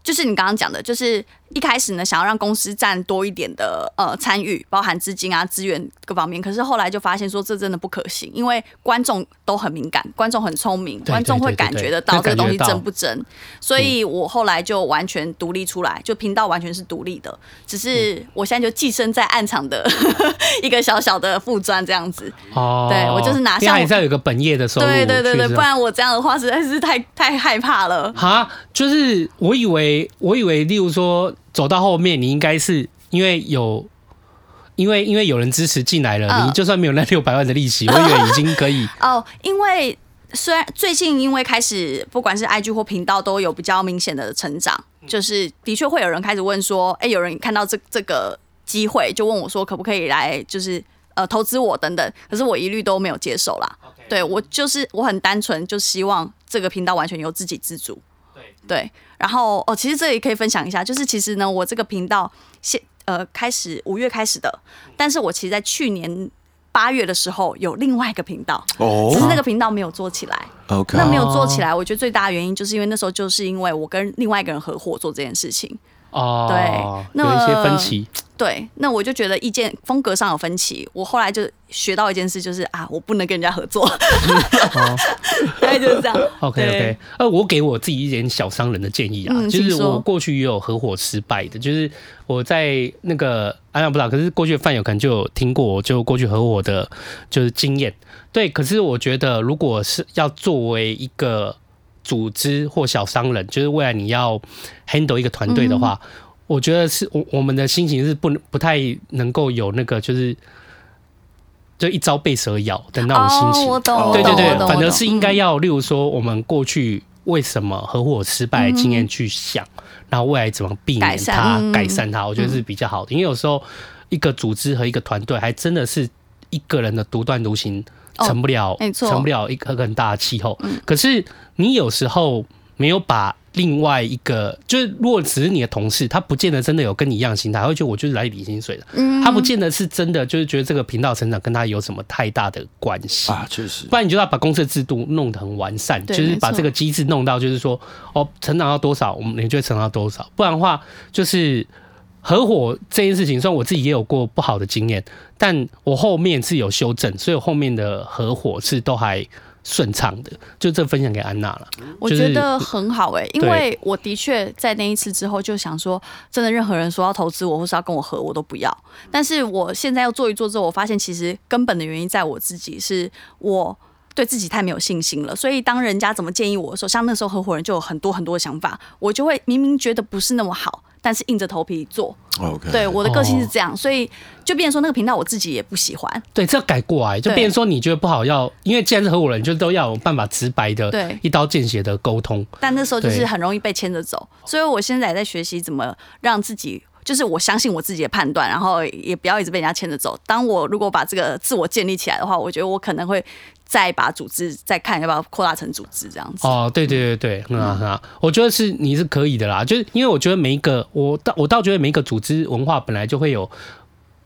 就是你刚刚讲的，就是一开始呢想要让公司占多一点的呃参与，包含资金啊、资源各方面，可是后来就发现说这真的不可行，因为观众都很敏感，观众很聪明，对观众会对对感对觉得到这对个东西感觉到嗯真不真，所以我后来就完全独立出来，就频道完全是独立的，嗯只是我现在就寄生在暗场的 [laughs] 一个小小的副专这样子，哦，对我就是拿因为像它我也是要有个本业的收入，对对对去对，这不然我这样的话实在是太太害怕了。哈，就是我以为，我以为，例如说走到后面，你应该是因为有，因为因为有人支持进来了，嗯你就算没有那六百万的利 [laughs] 息，我以为已经可以哦，因为虽然最近因为开始不管是 IG 或频道都有比较明显的成长，就是的确会有人开始问说，哎、有人看到这这个机会就问我说可不可以来就是呃投资我等等，可是我一律都没有接受啦。对我就是我很单纯，就希望这个频道完全由自给自足。对，然后哦，其实这里可以分享一下，就是其实呢，我这个频道现呃开始五月开始的，但是我其实在去年八月的时候有另外一个频道，只是哦那个频道没有做起来。 ，OK，那没有做起来，我觉得最大的原因就是因为那时候就是因为我跟另外一个人合伙做这件事情。哦，对有一些那分歧，对，那我就觉得意见风格上有分歧。我后来就学到一件事，就是啊，我不能跟人家合作， [laughs] 大概就是这样。 OK 对 OK，呃，我给我自己一点小商人的建议啊，嗯就请是说我过去也有合伙失败的，就是我在那个安阳不知道，可是过去的饭友可能就有听过，我就过去合伙的，就是经验。对，可是我觉得如果是要作为一个组织或小商人，就是未来你要 handle 一个团队的嗯话，我觉得是我我们的心情是不能不太能够有那个就是。就一朝被蛇咬的那种心情，哦，我懂，我对懂对我对，懂反我而懂是应该嗯要，例如说我们过去为什么合伙失败的经验去想，然后未来怎么避免改善它、嗯改善它，我觉得是比较好的。因为有时候一个组织和一个团队，还真的是一个人的独断独行，哦成不了，没错嗯成不了一个很大的气候。可是你有时候没有把。另外一个就是，如果只是你的同事，他不见得真的有跟你一样的心态，他会觉得我就是来领薪水的，嗯他不见得是真的就是觉得这个频道成长跟他有什么太大的关系啊，确实不然你就要把公司的制度弄得很完善，就对是把没错这个机制弄到，就是说哦，成长到多少，我们你就会成长到多少。不然的话，就是合伙这件事情，虽然我自己也有过不好的经验，但我后面是有修正，所以我后面的合伙是都还顺畅的。就这分享给安娜了。我就是觉得很好哎、因对为我的确在那一次之后就想说，真的任何人说要投资我或是要跟我合，我都不要。但是我现在要做一做之后，我发现其实根本的原因在我自己，是我对自己太没有信心了。所以当人家怎么建议我的时候，像那时候合伙人就有很多很多的想法，我就会明明觉得不是那么好，但是硬着头皮做。 ，OK，对，我的个性是哦这样，所以就变成说那个频道我自己也不喜欢。对，这要改过来，就对变成说你觉得不好要，因为既然是合伙人，就都要有办法直白的、对一刀见血的沟通。但那时候就对是很容易被牵着走，所以我现在也在学习怎么让自己，就是我相信我自己的判断，然后也不要一直被人家牵着走。当我如果把这个自我建立起来的话，我觉得我可能会再把组织再看要不要扩大成组织这样子。哦，对对对对，很好很好，我觉得是你是可以的啦，就是因为我觉得每一个我倒我倒觉得每一个组织文化本来就会有。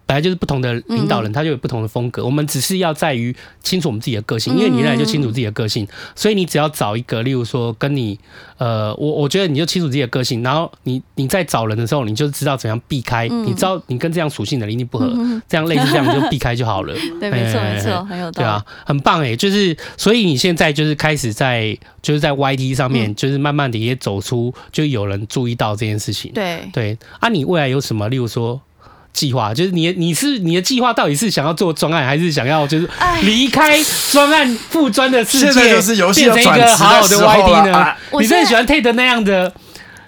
本来就是不同的领导人，他就有不同的风格。我们只是要在于清楚我们自己的个性，因为你原来就清楚自己的个性，所以你只要找一个，例如说跟你，呃，我我觉得你就清楚自己的个性，然后你你在找人的时候，你就知道怎样避开，你知道你跟这样属性的人一定不合，这样类似这样你就避开就好了。对，没错，哎没错，很有道对理。啊，很棒哎，就是所以你现在就是开始在就是在 YT 上嗯面，就是慢慢的也走出，就有人注意到这件事情。对，对啊，你未来有什么，例如说计划，就是你你是你的计划到底是想要做专案，还是想要就是哎离开专案副专的世界，现在就是游戏变要成一转个职好好的的时候 YT 了呢啊？我你真的现在喜欢 Tate 那样的，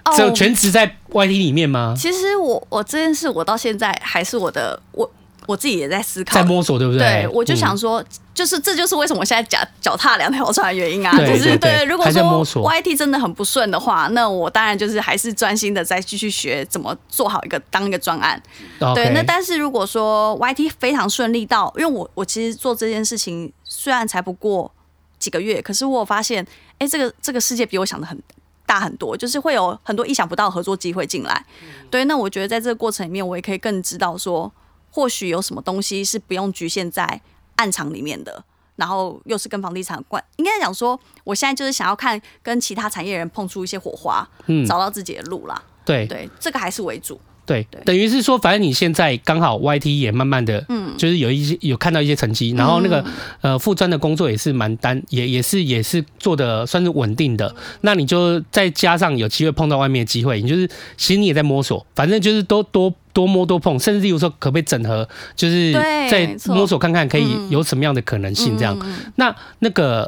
哦只有全职在 YT 里面吗？其实我我这件事我到现在还是我的我我自己也在思考在。摸索，对不对，我就嗯想说，就是这就是为什么我现在脚脚踏两条船的原因啊，对就是对对如果还在摸说索 YT 真的很不顺的话，那我当然就是还是专心的再继续学怎么做好一个当一个专案。对， OK 那但是如果说 YT 非常顺利到，因为我我其实做这件事情虽然才不过几个月，可是我有发现，哎，这个这个世界比我想的很大很多，就是会有很多意想不到的合作机会进来。嗯对，那我觉得在这个过程里面，我也可以更知道说，或许有什么东西是不用局限在暗场里面的。然后又是跟房地产有关，应该讲说，我现在就是想要看跟其他产业人碰出一些火花，嗯找到自己的路啦。对对，这个还是为主。对对，等于是说，反正你现在刚好 YT 也慢慢的，嗯，就是有一些有看到一些成绩，然后那嗯个呃副专的工作也是蛮单，也也是也是做的算是稳定嗯的。那你就再加上有机会碰到外面的机会，你就是其实你也在摸索，反正就是多多多摸多碰，甚至例如说可不可以整合，就是对在没错嗯摸索看看可以有什么样的可能性这样。那那个、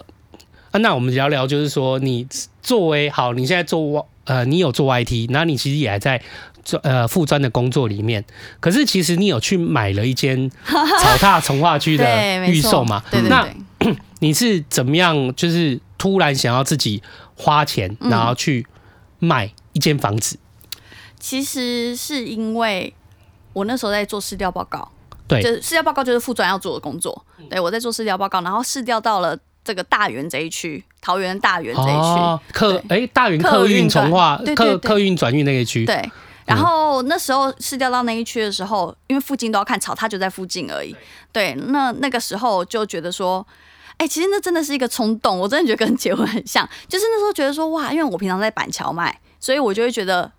啊，那我们聊聊，就是说你作为好，你现在做呃，你有做 YT，然后你其实也还在做呃副专的工作里面，可是其实你有去买了一 [laughs] 间草踏从化区对，的没预错售嘛？对对那对。你是怎么样，就是突然想要自己花钱，嗯然后去买一间房子？其实是因为我那时候在做市调报告，对就是市调报告就是副专要做的工作。对我在做市调报告，然后市调到了这个大园这一区，桃园大园这一区，哦，客哎、大园客客运运从化转对对客对客运转运那个区，对。然后那时候市调到那一区的时候，因为附近都要看草，它就在附近而已。对，那那个时候就觉得说，哎、其实那真的是一个冲动，我真的觉得跟结婚很像。就是那时候觉得说，哇，因为我平常在板桥卖，所以我就会觉得。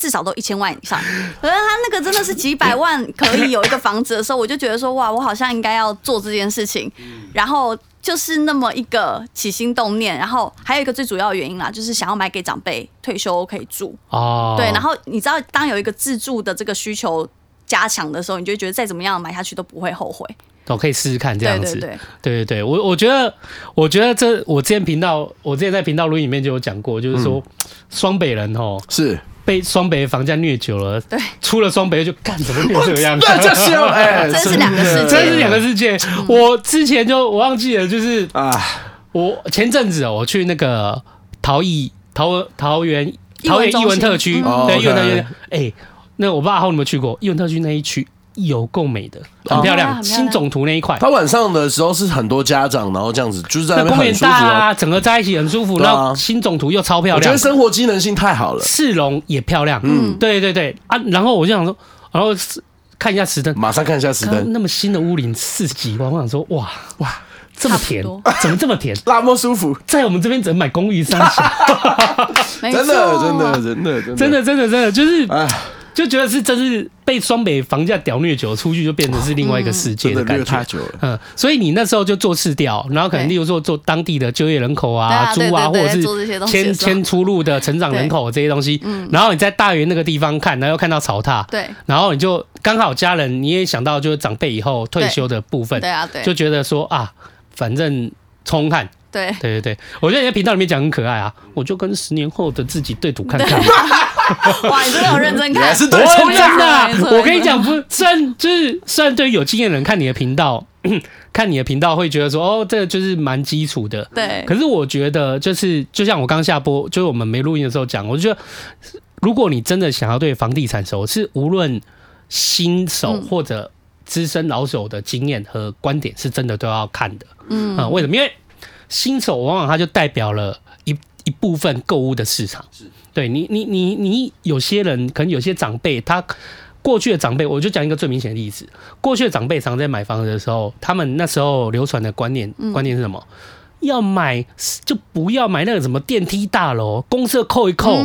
至少都一千万以上，可是他那个真的是几百万可以有一个房子的时候，我就觉得说哇，我好像应该要做这件事情。然后就是那么一个起心动念，然后还有一个最主要的原因啦，就是想要买给长辈退休可以住。哦，对，然后你知道，当有一个自助的这个需求加强的时候，你就会觉得再怎么样买下去都不会后悔。我哦可以试试看这对样对子，对，对对对，我我觉得，我觉得这我之前频道，我之前在频道录音里面就有讲过，就是说嗯双、北人吼 [laughs] 是，被双北的房价虐久了，对，出了双北就干怎么变这个样子？那这是哎，真是两个世界真是两个世界。嗯我之前就我忘记了，就是啊，我前阵子哦，我去那个桃艺桃桃园艺文桃园中艺心文特区，嗯对哦艺文特区 OK，哎，那我不知道你有没有去过艺文特区那一区，有够美的，很哦漂很漂亮亮，新总图那一块。他晚上的时候是很多家长，然后这样子就是在那那边公园很舒服大哦。啊，整个在一起很舒服，对啊然后新总图又超漂我觉亮得，生活机能性太好了，市容也漂亮，嗯嗯，对对对啊，然后我就想说，然后是看一下石灯，马上看一下时看灯，那么新的屋龄四十几万，我想说哇哇这么甜差不，怎么这么甜？那么舒服，在我们这边只能买公寓三 [laughs] 小，没错，真的真的。真的真的真的真的真的就是哎，就觉得是真是被双北房价屌虐久，出去就变成是另外一个世界真的的感虐觉太。久了。嗯，所以你那时候就做市调，然后可能对例如说做当地的就业人口对啊啊、租对啊，对或对者在做这些是东西的迁时候嗯迁出路的成长人口这些东西，然后你在大园那个地方看，然后又看到草踏，对然后你就刚好家人你也想到就是长辈以后退休的部分对，啊，对就觉得说啊，反正冲看，对，对对对，我觉得你在频道里面讲很可爱啊，我就跟十年后的自己对赌看看。哇，你真的有认真你还看，是我对真冲的啊没错，我跟你讲，不，虽然就是虽然对于有经验的人看你的频道，看你的频道会觉得说，哦，这个就是蛮基础的。对可是我觉得，就是就像我刚下播，就是我们没录音的时候讲，我就觉得，如果你真的想要对房地产熟，是无论新手嗯或者资深老手的经验和观点，是真的都要看的。嗯、为什么？因为新手往往它就代表了一一部分购物的市场。对你，你，你，你有些人可能有些长辈，他过去的长辈，我就讲一个最明显的例子。过去的长辈常在买房子的时候，他们那时候流传的观念，嗯观念是什么？要买就不要买那个什么电梯大楼，公社扣一扣、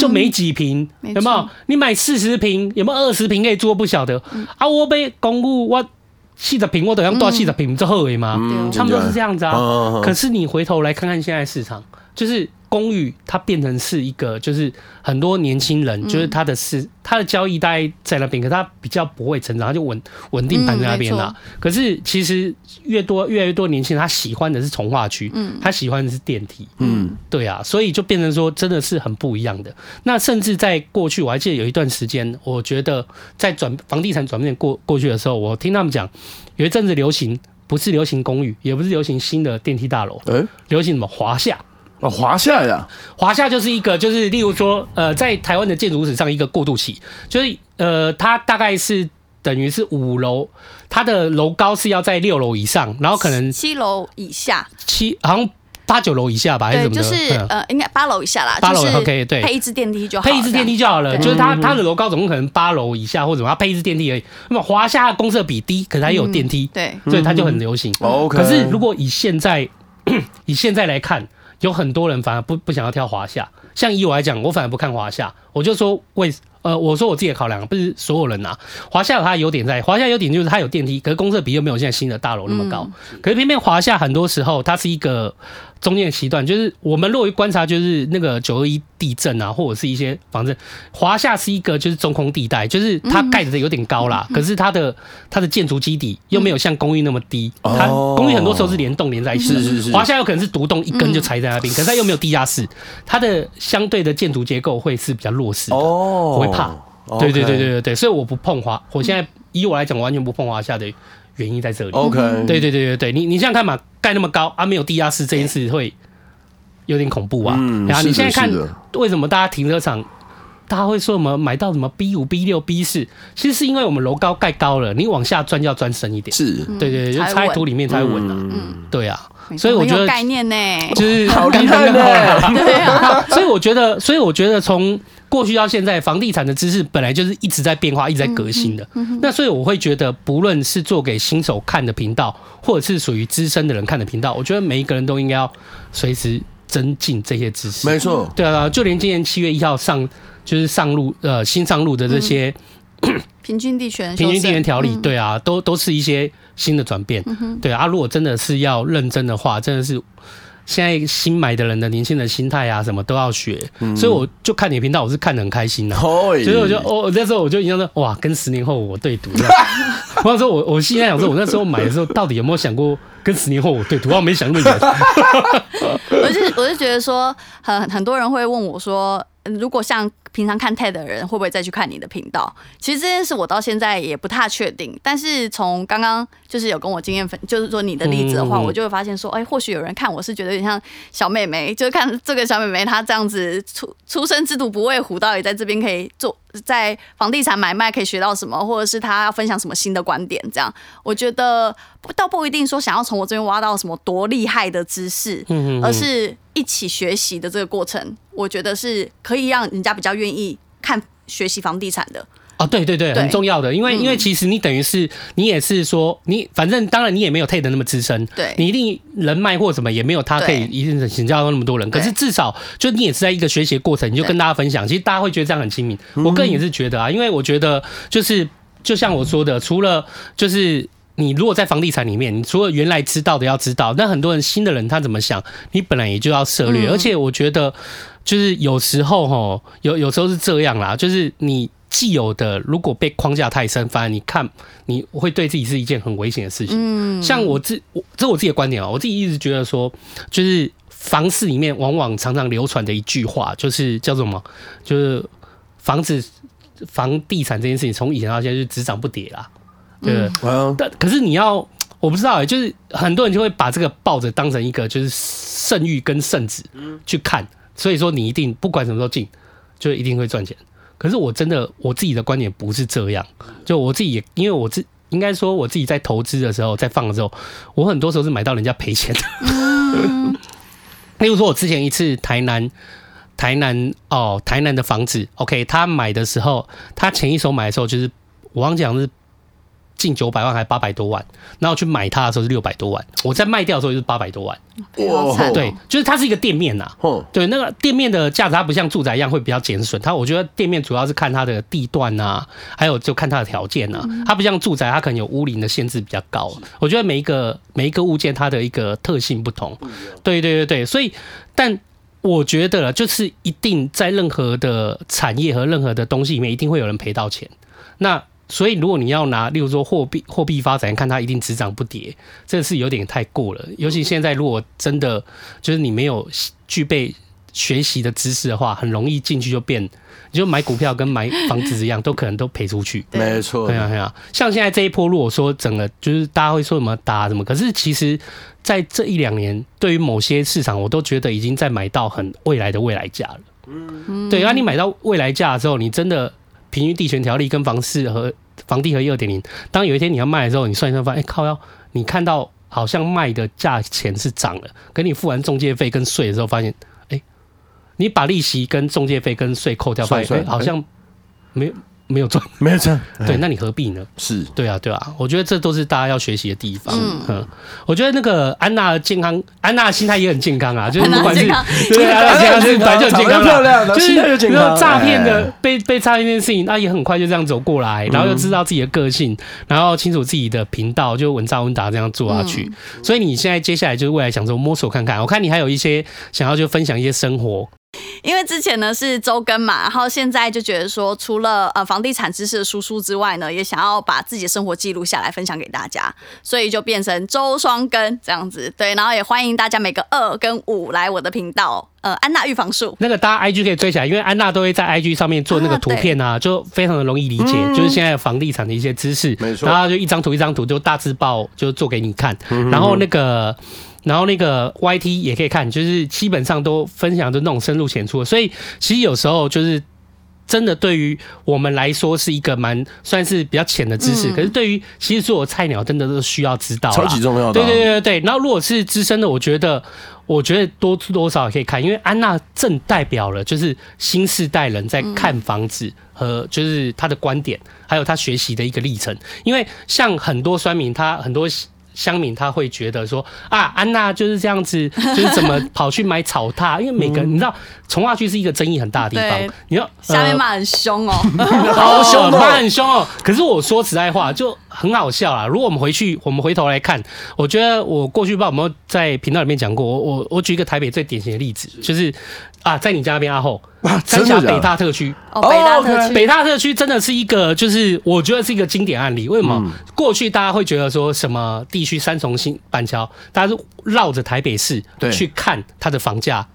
就没几平，嗯没有没有错？你买四十平，有没有二十平可以租？不晓得、嗯啊，我被公务我四十平，我等下多少四十平之后而已嘛。对嗯，他们都是这样子啊。嗯嗯嗯可是你回头来看看现在市场，就是公寓它变成是一个，就是很多年轻人，嗯就是他的是、他的交易大概在那边，可他比较不会成长，他就稳稳定盘在那嗯边啦、啊可是其实越多越来越多年轻人，他喜欢的是从化区，嗯他喜欢的是电梯，嗯，对啊，所以就变成说真的是很不一样的。那甚至在过去，我还记得有一段时间，我觉得在转房地产转变过过去的时候，我听他们讲，有一阵子流行不是流行公寓，也不是流行新的电梯大楼，哎，流行什么华夏。哦，华夏呀，华夏就是一个，就是例如说，呃，在台湾的建筑史上一个过渡期，就是呃，它大概是等于是五楼，它的楼高是要在六楼以上，然后可能七楼以下，七好像八九楼以下吧，还是怎么对，就的？是嗯呃，应该八楼以下啦，八楼就是 OK，对配一只电梯就好，配一支电梯就好了，对就是嗯它它的楼高总共可能八楼以下或者什么，它配一支电梯而已。那么华夏的公设比低，可是它也有电梯，这样，所以它就很流行。哦，OK。可是如果以现在 [coughs] 以现在来看，有很多人反而不不想要跳华夏。像以我来讲，我反而不看华夏，我就说为呃，我说我自己的考量，不是所有人啊。华夏有它的优点在，华夏优点就是它有电梯，可是公设比又没有现在新的大楼那么高。可是偏偏华夏很多时候它是一个中间的时段，就是我们若于观察，就是那个九二一地震啊，或者是一些防震，华夏是一个就是中空地带，就是它盖的有点高啦，嗯可是它的它的建筑基底又没有像公寓那么低，嗯它哦公寓很多时候是连栋连在一起的，嗯是是是华夏有可能是独栋一根就拆在那边，可是它又没有地下室，它的相对的建筑结构会是比较弱势的。哦，我会怕，OK。对对对对对对，所以我不碰华，我现在以我来讲，我完全不碰华夏的原因在这里。 ，OK。嗯对对对对对，你你想想看嘛，盖那么高啊，没有地下室这件事会有点恐怖啊。嗯然后你是现的在看是的为什么大家停车场，大家会说我们买到什么 B 五、B 六、B 四，其实是因为我们楼高盖高了，你往下钻就要钻深一点。是，对对对，就才插在稳土里面才稳啊。嗯，对啊，对，所以我觉很有得概念呢，就欸是好厉害呢！对啊， [laughs] 所以我觉得，所以我觉得从过去到现在，房地产的知识本来就是一直在变化、一直在嗯革新的。那所以我会觉得，不论是做给新手看的频道，或者是属于资深的人看的频道，我觉得每一个人都应该要随时增进这些知识。没错，对啊对啊，就连今年七月一号上就是上路呃新上路的嗯这些平均地权修平正，均地缘条例，嗯，对啊，都都是一些新的转变。对啊，如果真的是要认真的话，真的是现在新买的人的年轻人心态啊，什么都要学。所以我就看你频道，我是看得很开 [laughs] 心的、啊。所所以我就哦，那时候我就印象说，哇，跟十年后我对赌这样。我想说我，我现在想说，我那时候买的时候，到底有没有想过跟十年后我对赌？我没想那么远。 [laughs] 我是我是觉得说，很很多人会问我说，嗯如果像平常看 TED 的人，会不会再去看你的频道？其实这件事我到现在也不太确定，但是从刚刚就是有跟我经验分，就是说你的例子的话，嗯我就会发现说，哎、或许有人看我是觉得有点像小妹妹，就是看这个小妹妹她这样子出出生之犊不畏虎，到底在这边可以做在房地产买卖可以学到什么，或者是她要分享什么新的观点，这样我觉得不倒不一定说想要从我这边挖到什么多厉害的知识，嗯嗯嗯而是一起学习的这个过程，我觉得是可以让人家比较愿意看学习房地产的。啊，对对对，对很重要的，因为、嗯因为其实你等于是你也是说你，反正当然你也没有 Ted 那么资深，对你一定人脉或什么也没有他可以对一定请教到那么多人，可对是至少就你也是在一个学习的过程，你就对跟大家分享，其实大家会觉得这样很亲民。我个人也是觉得啊，因为我觉得就是就像我说的，除了就是。你如果在房地产里面，你除了原来知道的要知道，那很多人新的人他怎么想，你本来也就要涉略。嗯而且我觉得，就是有时候吼，有有时候是这样啦，就是你既有的如果被框架太深，反而你看你会对自己是一件很危险的事情。嗯，像我自我这我自己的观点啊，我自己一直觉得说，就是房市里面往往常常流传的一句话，就是叫做什么，就是房子房地产这件事情，从以前到现在就是只涨不跌啦，对不对？啊，但可是你要，我不知道欸，就是很多人就会把这个抱着当成一个就是剩余跟圣旨去看，所以说你一定不管什么时候进，就一定会赚钱。可是我真的我自己的观点不是这样，就我自己也因为我自应该说我自己在投资的时候，在放的时候，我很多时候是买到人家赔钱的。 [laughs] 例如说，我之前一次台南。台南哦，台南的房子，OK，他买的时候，他前一手买的时候就是，我忘记讲是近九百万还八百多万，然后去买它的时候是六百多万，我在卖掉的时候就是八百多万，好惨哦对，就是它是一个店面呐、啊哼，对，那个店面的价值它不像住宅一样会比较减损，它我觉得店面主要是看它的地段啊，还有就看它的条件啊，它不像住宅，它可能有屋龄的限制比较高。我觉得每一个每一个物件它的一个特性不同，对对对对，所以但我觉得了，就是一定在任何的产业和任何的东西里面，一定会有人赔到钱。那所以，如果你要拿，例如说货币货币发展，看它一定只涨不跌，这是有点太过了。尤其现在，如果真的就是你没有具备学习的知识的话，很容易进去就变，你就买股票跟买房子一样，都可能都赔出去。对没错对，啊，对啊，像现在这一波，如果说整个就是大家会说什么打什么，可是其实，在这一两年，对于某些市场，我都觉得已经在买到很未来的未来价了。嗯，对，那、你买到未来价的时候，你真的平均地权条例跟房市和房地合一二点零，当有一天你要卖的时候，你算一算发现，哎、靠腰，你看到好像卖的价钱是涨了，可你付完中介费跟税的时候，发现，哎、你把利息跟中介费跟税扣掉，发现算哎、一算好像没有没有赚。没有错，对，那你何必呢？是对啊，对啊，我觉得这都是大家要学习的地方。嗯嗯，我觉得那个安娜的健康，安娜的心态也很健康 [laughs] 啊，就是安娜不管是健康对安娜 [laughs] 的健康是健康本来就很健康长得啊漂亮啦，就心态又是健没康有诈骗的哎嗯被被诈骗这件事情，那也很快就这样走过来，然后又知道自己的个性，然后清楚自己的频道，就稳扎稳打这样做下去。嗯所以你现在接下来就是未来想说摸索看看，我看你还有一些想要就分享一些生活，因为之前呢是周更嘛，然后现在就觉得说，除了呃房地产知识的输出之外呢，也想要把自己的生活记录下来分享给大家，所以就变成周双更这样子。对，然后也欢迎大家每个二跟五来我的频道，呃，安娜预防术。那个大家 IG 可以追起来，因为安娜都会在 IG 上面做那个图片啊，就非常的容易理解，就是现在房地产的一些知识，没错嗯然后她就一张图一张图就大字报就做给你看，然后那个。然后那个 YT 也可以看，就是基本上都分享的那种深入浅出的，所以其实有时候就是真的对于我们来说是一个蛮算是比较浅的知识，嗯可是对于其实所有菜鸟真的都需要知道啦，超级重要的对啊，对对对对，然后如果是资深的，我觉得我觉得多多少也可以看，因为安娜正代表了就是新世代人在看房子和嗯就是他的观点，还有他学习的一个历程。因为像很多酸民，他很多。乡民他会觉得说啊，安娜就是这 [laughs] 样子，就是怎么跑去买草踏？因为每个人你知道，从化区是一个争议很大的地对方。你要下面呃骂 [laughs] 很凶哦，好凶哦，他很凶哦。可是我说实在话，就很好笑啦。如果我们回去，我们回头来看，我觉得我过去不知道有没有在频道里面讲过。我我我举一个台北最典型的例子，就是啊，在你家那边阿后，哇，三啊真峡的假北的？大特区，哦，北大特区，北大特区真的是一个，就是我觉得是一个经典案例。为什么？过去大家会觉得说什么地区三重新板桥，大家是绕着台北市对去看它的房价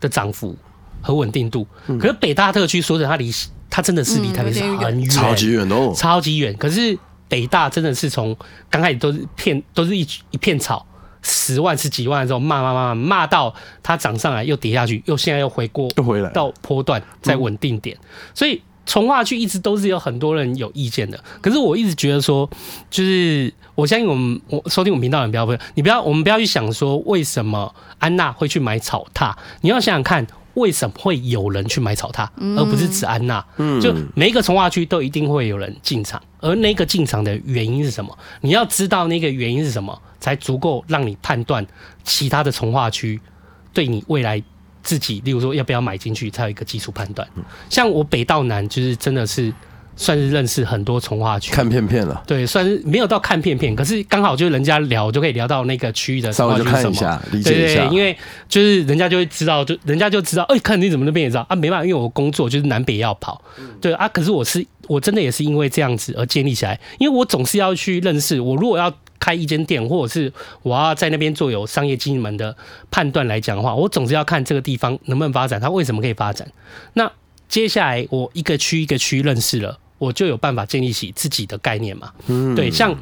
的涨幅和稳定度。可是北大特区说着它离它真的是离台北市嗯有点很远，超级远哦，超级远。可是北大真的是从刚开始都是片，都是一一片草，十万是几万的时候骂骂骂骂骂到它涨上来又跌下去，又现在又回过又回来了嗯到波段再稳定点，所以。从化区一直都是有很多人有意见的，可是我一直觉得说，就是我相信我们我收听我们频道的人不要不要，你不要我们不要去想说为什么安娜会去买草踏，你要想想看为什么会有人去买草踏，嗯而不是指安娜。就每一个从化区都一定会有人进场，而那个进场的原因是什么？你要知道那个原因是什么，才足够让你判断其他的从化区对你未来自己，例如说要不要买进去，才有一个基础判断。像我北到南，就是真的是算是认识很多从化区。看片片了，对，算是没有到看片片，可是刚好就是人家聊就可以聊到那个区域的稍微就从化区看一是什么下，理对解对一下对，，因为就是人家就会知道，就人家就知道，哎、看你怎么那边也知道啊，没办法，因为我工作就是南北要跑，嗯对啊，可是我是我真的也是因为这样子而建立起来，因为我总是要去认识，我如果要开一间店，或者是我要在那边做有商业经营门的判断来讲的话，我总是要看这个地方能不能发展，它为什么可以发展。那接下来我一个区一个区认识了，我就有办法建立起自己的概念嘛。嗯对，像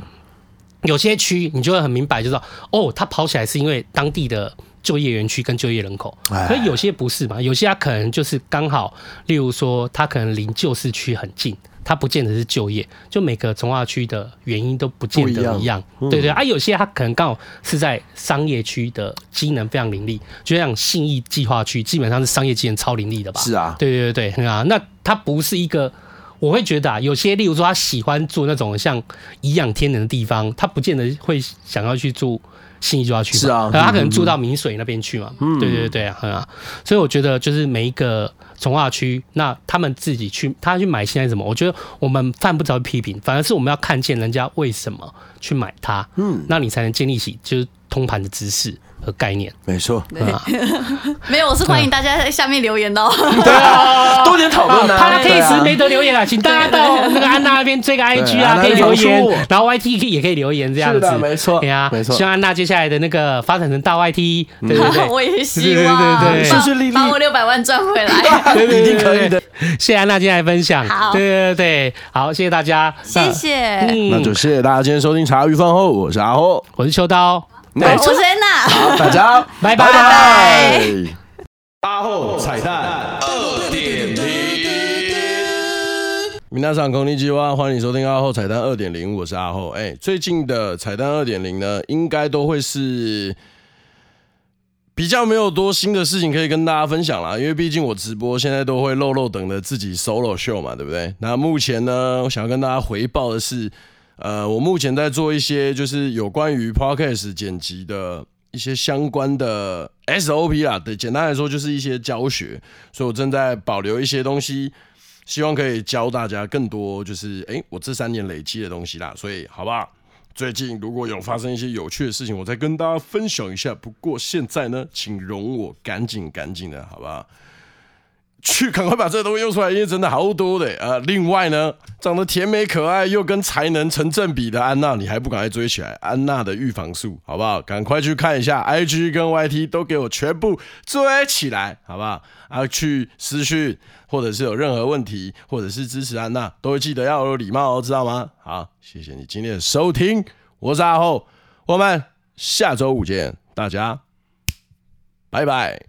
有些区你就会很明白，就知道哦，它跑起来是因为当地的就业园区跟就业人口，哎可是有些不是嘛，有些它可能就是刚好，例如说它可能离旧市区很近。它不见得是就业，就每个从化区的原因都不见不得一样嗯一样，对对啊，有些它可能刚好是在商业区的机能非常林立，就像信义计划区，基本上是商业机能超林立的吧？是啊，对对对对啊，那他不是一个，我会觉得啊，有些例如说他喜欢住那种像颐养天年的地方，他不见得会想要去住新义就要去嘛，是啊呃他可能住到明水那边去嘛，对对对啊，嗯啊，所以我觉得就是每一个从化区，那他们自己去，他去买现在什么，我觉得我们犯不着批评，反而是我们要看见人家为什么去买它，嗯，那你才能建立起就是通盘的知识和概念。没错，啊没有，我是欢迎大家在下面留言的哦。对啊，多点讨论啊。他可以对啊时没得留言啊，请大家到那个安娜那边追个 IG 啊，安娜可以留言常说我，然后 YT 可以也可以留言这样是子的，，没错，对啊，没错嗯希。望安娜接下来的那个发展成大 YT，对对对， [laughs] 我也希望对对对对把顺顺利利把我六百万赚回来。对对一对定可以的。谢谢安娜今天来分享，好对对对，对好，谢谢大家， [laughs] 谢谢，嗯那就谢谢大家今天收听茶余饭后，我是阿后，我是秋刀，我没错哦我是，安娜。好大家拜拜拜。阿后彩蛋二点零。明大上空力计划，欢迎收听阿后彩蛋二点零，我是阿后。哎、最近的彩蛋二点零呢，应该都会是比较没有多新的事情可以跟大家分享啦，因为毕竟我直播现在都会漏漏等的自己 solo 秀嘛，对不对？那目前呢，我想要跟大家回报的是，呃，我目前在做一些就是有关于 podcast 剪辑的一些相关的 SOP 啦，对，简单来说就是一些教学，所以我正在保留一些东西，希望可以教大家更多，就是诶，我这三年累积的东西啦，所以好不好？最近如果有发生一些有趣的事情，我再跟大家分享一下。不过现在呢，请容我赶紧赶紧的，好不好？去赶快把这东西用出来，因为真的好多的呃。另外呢，长得甜美可爱又跟才能成正比的安娜，你还不赶快追起来？安娜的预防术好不好？赶快去看一下，IG 跟 YT 都给我全部追起来，好不好？啊，去私讯或者是有任何问题，或者是支持安娜，都会记得要有礼貌哦，知道吗？好，谢谢你今天的收听，我是阿后，我们下周五见，大家拜拜。